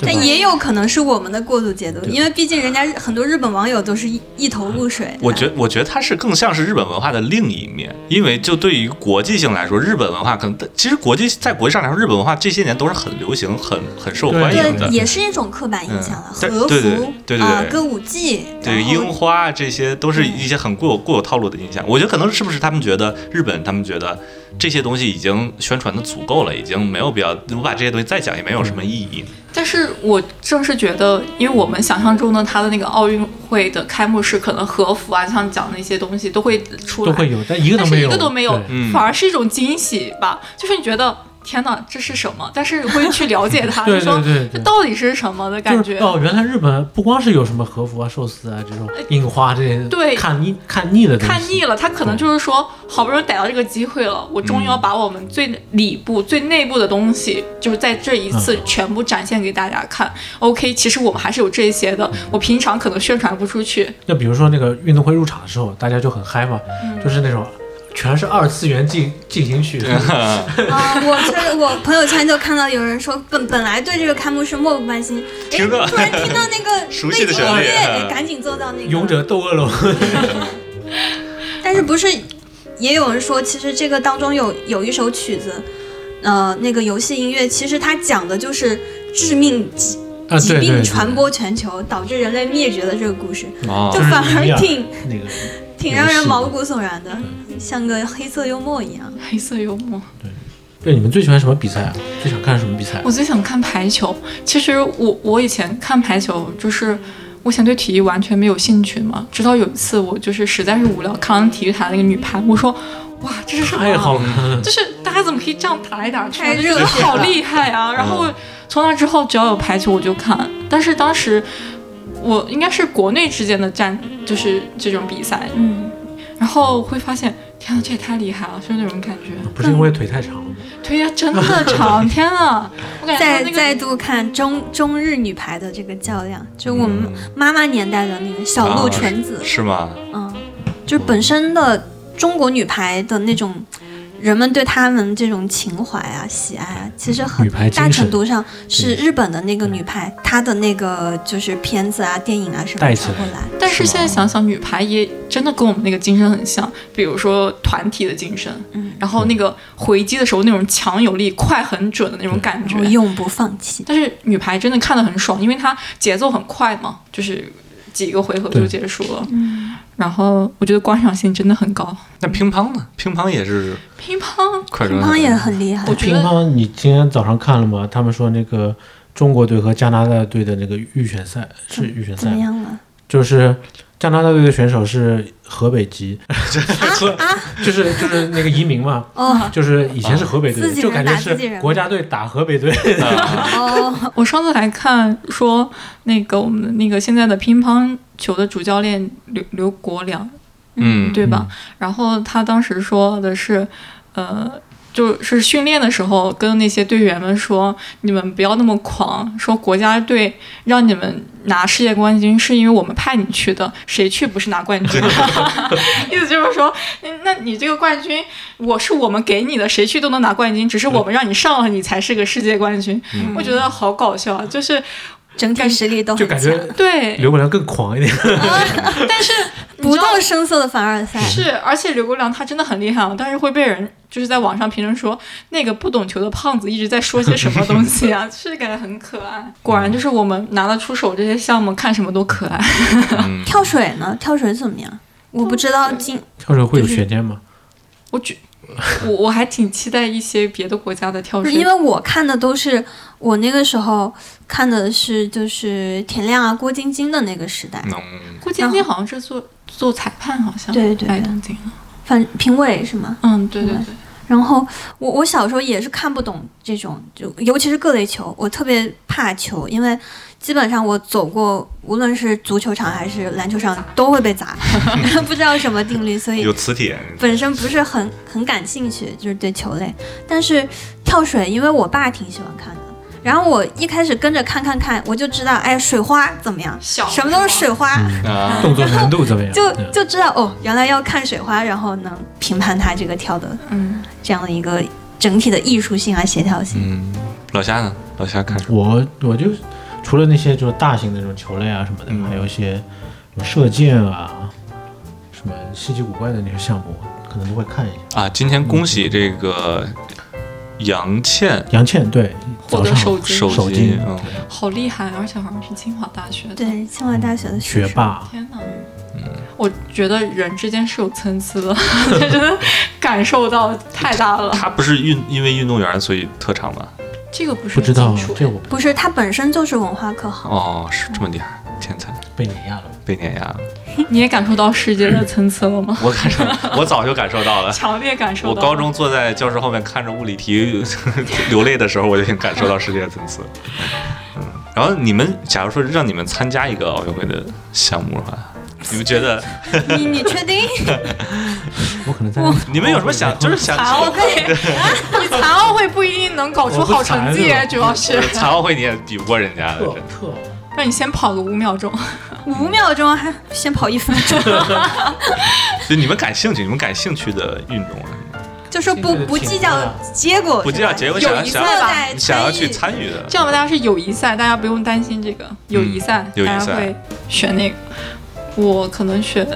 D: 对
E: 但
D: 吧？
E: 也有可能是我们的过度解读，
D: 对
E: 因为毕竟人家日很多日本网友都是一一头雾水。
A: 我觉我觉得它是更像是日本文化的另一面，因为就对于国际性来说，日本文化可能其实国际在国际上来说，日本文化这些年都是很流行、很很受欢
D: 对
A: 迎的。
E: 对，也是一种刻板印象了，
A: 嗯
E: 和服
A: 对对对对对
E: 啊，歌舞伎，
A: 对
E: 然后
A: 樱花啊这些都是一些很固有固有套路的印象。我觉得可能是不是他们觉得日本，他们觉得这些东西已经宣传的足够了，已经没有必要，我把这些东西再讲也没有什么意义。
F: 但是我正是觉得，因为我们想象中的他的那个奥运会的开幕式，可能和服啊，像讲的一些东西都会出来，
D: 都会有，但一个
F: 啊
D: 都
F: 但
D: 没
F: 是
D: 有，
F: 一个都没有
D: 对，
A: 嗯
F: 反而是一种惊喜吧。就是你觉得天哪，这是什么？但是会去了解 它，
D: 对
F: 你说
D: 对对对
F: 这到底是什么的感
D: 就是
F: 觉？
D: 哦，原来日本不光是有什么和服啊、寿司啊这种樱花这些，
F: 呃对
D: 看腻看腻的东西，
F: 看腻了，他
D: 嗯
F: 可能就是说，好不容易逮到这个机会了，我终于要把我们最里部、最内部的东西，就是在这一次
D: 嗯
F: 全部展现给大家看。OK，其实我们还是有这些的，我平常可能宣传不出去。
D: 就比如说那个运动会入场的时候，大家就很嗨嘛，
E: 嗯
D: 就是那种全是二次元进进行曲，
E: 啊，我这我朋友圈就看到有人说本本来对这个开幕式漠不关心，哎，
A: 听到
E: 突然听到那 个
A: 熟悉的旋律
E: 背景音乐，
A: 嗯
E: 哎赶紧坐到那个
D: 勇者斗 恶龙，
E: 但是不是也有人说，其实这个当中有有一首曲子，呃，那个游戏音乐，其实它讲的就是致命疾
D: 啊，
E: 疾
D: 对对
E: 病
D: 对，
E: 传播全球，导致人类灭绝的这个故事，
A: 哦
E: 就
D: 就是
E: 反
D: 一样
E: 而挺
D: 那个
E: 挺让人毛骨悚然的，像个黑色幽默一样。
F: 黑色幽默，
D: 对你们最喜欢什么比赛啊？最想看什么比赛啊？
F: 我最想看排球。其实我我以前看排球就是。我以前对体育完全没有兴趣嘛，直到有一次我就是实在是无聊，看完体育台那个女排，我说，哇，这是什么啊？
D: 太好看了，
F: 就是大家怎么可以这样打来打去啊？
E: 太
F: 就觉
E: 热
F: 得
E: 血了
F: 好厉害啊！然后从那之后，只要有排球我就看。但是当时我应该是国内之间的战，就是这种比赛，
E: 嗯，
F: 然后会发现，天啊呐，这也太厉害了，就是那种感觉，
D: 不是因为腿太长了吗？
F: 腿也真的长，天呐，我感觉他
E: 再
F: 那
E: 再
F: 个
E: 度看中中日女排的这个较量，就我们
D: 嗯
E: 妈妈年代的那个小
D: 啊
E: 鹿纯子，
A: 是吗？
E: 嗯，就是本身的中国女排的那种，人们对她们这种情怀啊、喜爱啊，其实很
D: 女排精
E: 大
D: 神
E: 程度上是
D: 对
E: 日本的那个女排，她的那个就是片子啊、电影啊什么
D: 带
E: 的
D: 起
E: 传过
D: 来
E: 来。
F: 但是现在想想，女排也真的跟我们那个精神很像，比如说团体的精神，
E: 嗯
F: 然后那个回击的时候那种强有力、快很准的那种感觉
E: 然后，永不放弃，
F: 但是女排真的看得很爽，因为它节奏很快嘛，就是几个回合就结束了。然后我觉得观赏性真的很高。
A: 那乒乓呢？乒乓也是
F: 乒乓，
A: 快
E: 乒
A: 船。
E: 乓也很厉害
F: 我。觉
D: 乒
F: 得
D: 乓，你今天早上看了吗？他们说那个中国队和加拿大队的那个预选赛是预选
E: 怎
D: 赛
E: 么
D: 吗，
E: 样了？
D: 就是加拿大队的选手是河 北籍，
E: 啊
D: 就是就是那个移民嘛，
E: 哦
D: 就是以
A: 啊
D: 前是河北队
E: 自，己
D: 就
E: 人
D: 感觉
E: 打自己
D: 是
E: 人
D: 国家队打河北队。
A: 啊
E: 哦，
F: 我上次还看说，那个我们那个现在的乒乓球的主教练刘刘国梁，
A: 嗯
F: 对吧？然后他当时说的是，呃，就是训练的时候跟那些队员们说，你们不要那么狂，说国家队让你们拿世界冠军是因为我们派你去的，谁去不是拿冠军？ 意思就是说，嗯那你这个冠军，我是我们给你的，谁去都能拿冠军，只是我们让你上了，你才是个世界冠军。我觉得好搞笑啊，就是
E: 整体实力都
D: 就
E: 很
D: 感
E: 强，
D: 觉
F: 对，
D: 刘国梁更狂一点，
F: 但是你
E: 不
F: 知道
E: 动声色的凡尔赛。
F: 是，而且刘国梁他真的很厉害啊，但是会被人就是在网上评论说那个不懂球的胖子一直在说些什么东西啊， 就是感觉很可爱。果然就是我们拿得出手这些项目，看什么都可爱。
E: 跳水呢？跳水怎么样？我不知道今
D: 跳水会有悬念吗？
F: 我觉我我还挺期待一些别的国家的跳
E: 不
F: 水，
E: 是因为我看的都是我那个时候看的是就是田亮啊、郭晶晶的那个时代，
A: 嗯，
F: 郭晶晶好像是做做裁判，好像
E: 对对啊
F: 来
E: 对
F: 东京了。
E: 反评委是吗？
F: 嗯，对对对，
E: 然后我我小时候也是看不懂这种，就尤其是各类球，我特别怕球，因为基本上我走过，无论是足球场还是篮球场，都会被砸， 不知道什么定律，所以
A: 有磁铁，
E: 本身不是很很感兴趣，就是对球类。但是跳水，因为我爸挺喜欢看的，然后我一开始跟着看看看，我就知道，哎，水花怎么样？
F: 小
E: 什么都是水花，
D: 嗯
A: 啊，
D: 动作难度怎么样？嗯
E: 就
D: 对
E: 就知道哦，原来要看水花，然后能评判他这个跳的
F: 嗯，
E: 这样的一个整体的艺术性啊、协调性。
A: 嗯，老夏呢？老夏看什么？
D: 我我就除了那些就是大型的那种球类啊什么的，
A: 嗯
D: 还有一些什么射箭啊，什么稀奇古怪的那些项目，可能都会看一下。
A: 啊，今天恭喜这个杨倩
D: 杨倩对，
F: 获
D: 早
F: 得
D: 上好
F: 手机
A: 手
D: 手
A: 机
D: 机，
A: 嗯，
F: 好厉害，啊而且好像是清华大学的。
E: 对，清华大学的
D: 学
E: 叔叔，
D: 霸，
F: 天哪！嗯我觉得人之间是有参差的， 就真的感受到太大了。
A: 他不是运因为运动员所以特长吧？
F: 这个不是
D: 不知道
F: 很清楚
D: 这我
E: 不是他本身就是文化课好，
A: 哦，是这么厉害，天才
D: 被碾压了。
A: 被碾压了。
F: 你也感受到世界的参差 了吗？
A: 我感受，我早就感受到了。
F: 强烈感受
A: 我
F: 到。
A: 高 中坐在教室后面看着物理题 流泪的时候，我就已经感受到世界的层次。嗯，然后你们假如说让你们参加一个奥运会的项目的话，你们觉得
E: 你你确定？
D: 我可能在
A: 你们有什么想，就是 想
F: 残奥会，你残奥会不一定能搞出好成绩啊
D: 我 不残，
F: 主要是
A: 呃残奥会你也比不过人家的，
D: 特
A: 哎真的。
D: 特
F: 让你先跑个五秒钟。
E: 五秒钟还先跑一分钟，
A: 就你们感兴趣，你们感兴趣的运动啊，
E: 就说不不计较结果，
A: 不计较结果，
E: 果，
A: 想要
F: 有一
A: 想
F: 个
A: 要
F: 吧
E: 在
A: 想要
E: 参与
A: 去参与的，
F: 这样吧，大家是友谊赛，大家不用担心这个友谊赛，
A: 嗯友谊
F: 大
A: 赛
F: 家会选那个。我可能选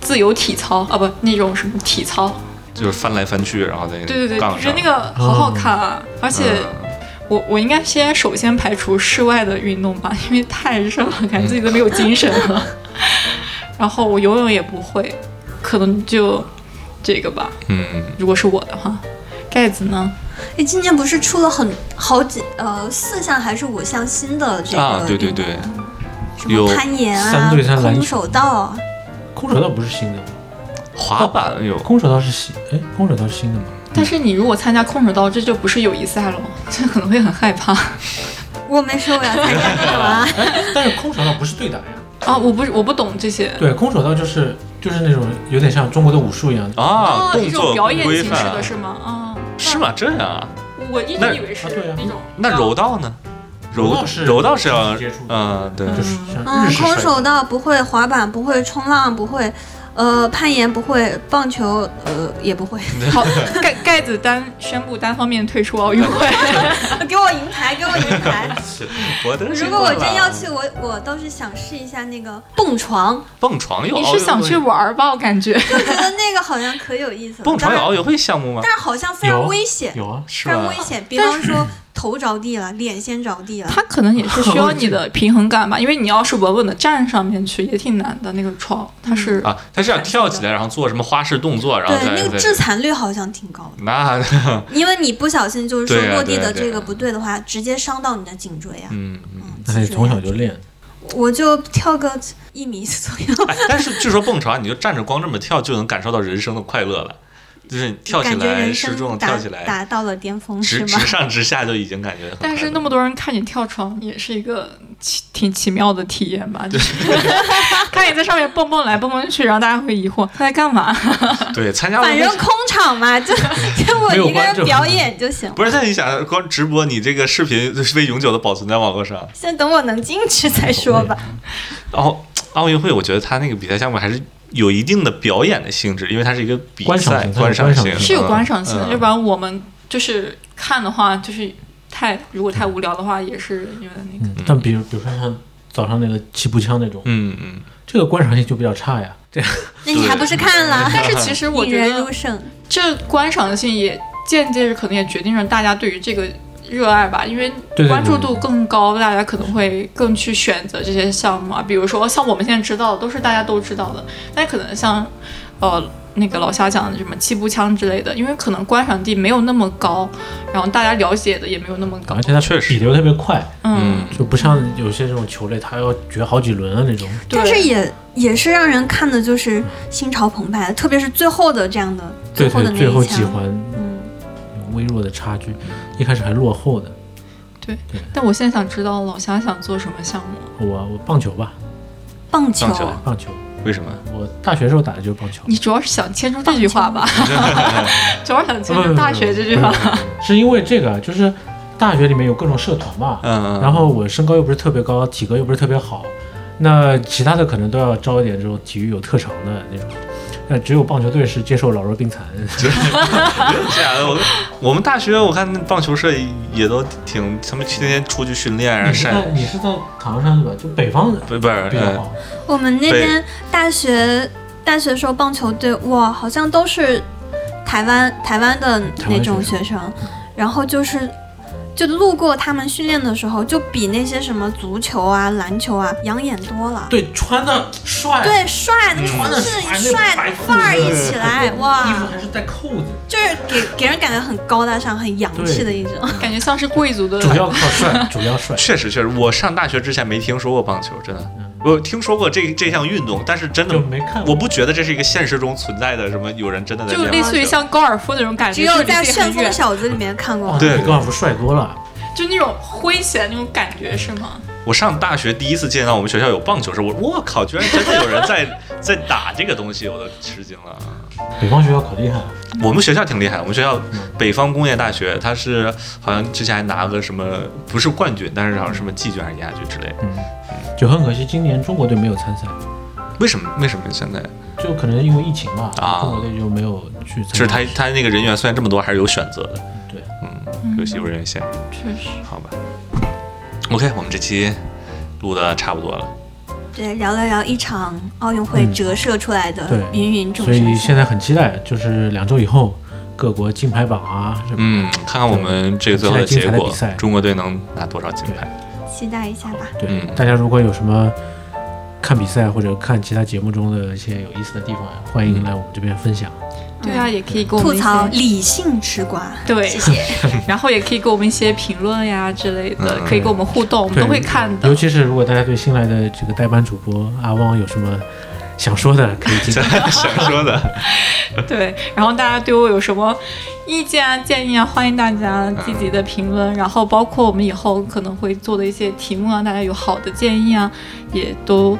F: 自由体操啊，不那种什么体操。
A: 就是翻来翻去，然后在
F: 对对对，
A: 杠
F: 我觉
A: 上嗯
F: 得那个好好看啊！而且我我应该先首先排除室外的运动吧，因为太热了，感觉自己都没有精神 了。然后我游泳也不会，可能就这个吧。
A: 嗯，
F: 如果是我的话，盖子呢？
E: 哎，今年不是出了很好几呃四项还是五项新的这个
A: 啊，对对
E: 运动
A: 对，
E: 什
A: 有
E: 么攀岩
D: 三
E: 啊
D: 对三、篮
E: 空
D: 球
E: 手道啊，
D: 空手道不是新的吗？
A: 滑板哎有
D: 空手道是新，哎，空手道是新的吗？
F: 但是你如果参加空手道，这就不是友谊赛了， 这可能会很害怕
E: 我没说我要参加这个啊，
D: 但是空手道不是对打呀。
F: 啊！我不是我不懂这些。
D: 对，空手道就是就是那种有点像中国的武术一样的。
A: 啊，
F: 哦，
A: 动
F: 一种
A: 作
F: 表演
A: 规
F: 形式的
A: 范
F: 是吗？啊，
A: 是吗？这样啊？
F: 我一
A: 那
F: 直以为是
D: 啊对啊
F: 那种。
A: 那柔道呢？
D: 柔
A: 柔
D: 道是
A: 柔道是要
D: 身体接触的
A: 嗯，对，
D: 就是像
E: 嗯
D: 日，式摔
E: 空
D: 跤
E: 手道不会，滑板不会，冲浪不会，呃，攀岩不会，棒球呃也不会，
F: 好，啊盖盖子单宣布单方面退出奥 运会。
E: 给我银牌，给我银牌。
A: 我的是
E: 如果我真要
A: 惯了
E: 去，我我倒是想试一下那个蹦床，
A: 蹦床有
F: 你
A: 奥
F: 是
A: 运
F: 想
A: 会
F: 去玩儿吧？我感 觉
E: 就觉得那个好像可有意思了。
A: 蹦床有
E: 当然
A: 奥运会项目吗？
E: 但是好像非常危险，
D: 有啊，
A: 是
E: 非常
A: 吧
E: 危？险。比方说头着地了，脸先着地了。
F: 他可能也是需要 你的平衡感吧，因为你要是稳稳的站上面去也挺难的。那个床它是
A: 啊，他是要跳起来，然后做什么花式动作，然后
E: 对，
A: 再
E: 那个
A: 再
E: 致残率好像挺高的。
A: 那
E: 因为你不小心就是说
A: 对啊
E: 落地
A: 对啊
E: 的
A: 对啊
E: 这个不对的话，直接伤到你的颈椎啊。
A: 嗯，
E: 嗯，
D: 那得从小就练。
E: 我就跳个一米左右，
A: 哎，但是据说蹦床，你就站着光这么跳，就能感受到人生的快乐了，就是你 跳起
E: 感觉
A: 来
E: 人
A: 失重，
E: 生
A: 跳
E: 达
A: 起来
E: 达到了巅峰，
A: 直
E: 是
A: 直
E: 吗？
A: 上直下就已经感觉很快乐。
F: 但是那么多人看你跳床，也是一个奇挺奇妙的体验吧？就是 看你在上面蹦蹦来蹦蹦去，然后大家会疑 惑他在干嘛。
A: 对参加
E: 反
A: 完
E: 正空场 嘛，就就我
D: 没有
E: 一个
D: 观众
E: 人表演就行。
A: 不是，但你想光直播，你这个视频是被永久的保存在网络上。
E: 先等我能进去再说吧。
A: 奥奥运会，我觉得它那个比赛项目还是有一定的表演的性质，因为它是一个比
D: 观赏
A: 赛，
D: 性它有
A: 观赏
D: 观赏
A: 性
D: 性
F: 是有观赏
A: 嗯
F: 性，的，要不然我们就是看的话，就是太如果太无聊的话，也是因为那个。
D: 嗯，但比如比如说像早上那个气步枪那种，
A: 嗯嗯，
D: 这个观赏性就比较差呀。这样
E: 那你还不是看 了？
F: 但是其实我
E: 引
F: 觉
E: 人入
F: 得
E: 胜，
F: 这观赏性也间接着可能也决定了大家对于这个热爱吧，因为
D: 对对对
F: 关注度更高，大家可能会更去选择这些项目啊。比如说像我们现在知道的，都是大家都知道的，但可能像呃那个老夏讲的什么气步枪之类的，因为可能观赏地没有那么高，然后大家了解的也没有那么高
D: 而。且它
A: 确实
D: 比流特别快，
A: 嗯
D: 就不像有些这种球类，它要决好几轮啊那种。
F: 对
E: 但是也也是让人看的就是心潮澎湃，特别是最后的这样的
D: 对
E: 后的
D: 对，
E: 那
D: 最后
E: 一
D: 几
E: 枪。
D: 环
E: 嗯，
D: 有微弱的差距，一开始还落后的。
F: 但我现在想知道老夏想做什么项目。
D: 我我棒球吧，
E: 棒球
A: 棒球
D: 棒球，
A: 为什么？
D: 我大学时候打的就是棒球。
E: 嗯
F: 你主要是想牵出这句话吧？
A: 嗯
F: 主要想牵
D: 不不
F: 出
D: 不
F: 大学这句话。
D: 是因为这个，啊就是大学里面有各种社团嘛，
A: 嗯，
D: 然后我身高又不是特别高，体格又不是特别好，那其他的可能都要招一点这种体育有特长的那种。那只有棒球队是接受老弱病残，
A: 这样的我我们大学我看那棒球社也都挺，他们天天出去训练啊，
D: 你是
A: 晒
D: 在你是在唐山对吧？就北方的
A: 不不是
D: 比较
A: 呃
D: 好，
E: 我们那边大学大学时候棒球队哇，好像都是台湾台湾的那种学生，然后就是。就路过他们训练的时候，就比那些什么足球啊、篮球啊养眼多了。
D: 对，穿的帅，
E: 对，帅，那
D: 穿
E: 个
D: 得
E: 是
D: 帅那
E: 帅
D: 白
E: 范儿
D: 裤
E: 一
D: 子
E: 起来，
D: 衣
E: 哇
D: 服，还是带扣子，
E: 就是给给人感觉很高大上、很洋气的一种。
F: 感觉像是贵族的
D: 主要靠帅， 主要帅。
A: 确实确实，我上大学之前没听说过棒球，真的，我听说过这这项运动，但是真的
D: 就没看过
A: 我不觉得这是一个现实中存在的什么有人真的在
F: 就
A: 练
F: 类似于
A: 棒球
F: 像高尔夫那种感觉，
E: 只有
F: 就是
E: 在《
F: 离自己
E: 旋
F: 很
E: 风
F: 远，
E: 小子》里面看过。
A: 对
D: 比高尔夫帅多了。
F: 就那种诙谐的那种感觉是吗？
A: 我上大学第一次见到我们学校有棒球时，我我靠，居然真的有人在 在打这个东西，我都吃惊了。
D: 北方学校可厉害了，
A: 我们学校挺厉害，我们学校北方工业大学，它是好像之前还拿个什么，不是冠军，但是好像什么季军还是亚军之类。
D: 就很可惜，今年中国队没有参赛，
A: 为什么？为什么现在？
D: 就可能因为疫情吧，
A: 啊
D: 中国队就没有去参
A: 就是
D: 加。
A: 他他那个人员虽然这么多，还是有选择的。
D: 对，
A: 嗯，有些人员限制，
F: 确实，
A: 好吧。OK，我们这期录的差不多了。
E: 对，聊了聊一场奥运会
D: 嗯
E: 折射出来的
D: 对
E: 芸芸众
D: 所以
E: 生
D: 现
E: 相。
D: 在很期待，就是两周以后各国金牌榜啊什么。
A: 嗯，看看我们这个最后的
D: 期待
A: 结
D: 精彩的
A: 果
D: 比赛，
A: 中国队能拿多少金牌？
E: 期待一下吧。
D: 对，
A: 嗯
D: 大家如果有什么看比赛或者看其他节目中的一些有意思的地方，欢迎来我们这边分享。
F: 对啊，也可以给我
E: 嗯吐
F: 们一
E: 槽
F: 些
E: 理性吃瓜，
F: 对
E: 谢，谢。
F: 然后也可以给我们一些评论呀之类的
A: 嗯，
F: 可以跟我们互动，我们
D: 对
F: 都会看的
D: 尤。其是如果大家对新来的这个代班主播阿汪有什么想说的，可以进 行。
A: 想说的。
F: 对，然后大家对我有什么意见啊、建议啊，欢迎大家积极的评论。然后包括我们以后可能会做的一些题目啊，大家有好的建议啊，也都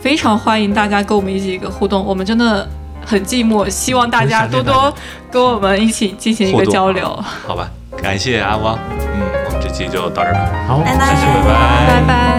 F: 非常欢迎大家跟我们一起一个互动。我们真的很寂寞，希望大家多多跟我们一起进行一
A: 互
F: 个
A: 动
F: 交流。
A: 好吧，感谢阿汪，嗯，我们这期就到这儿吧。
D: 好，
E: 拜拜
D: 谢谢，
A: 拜
F: 拜拜。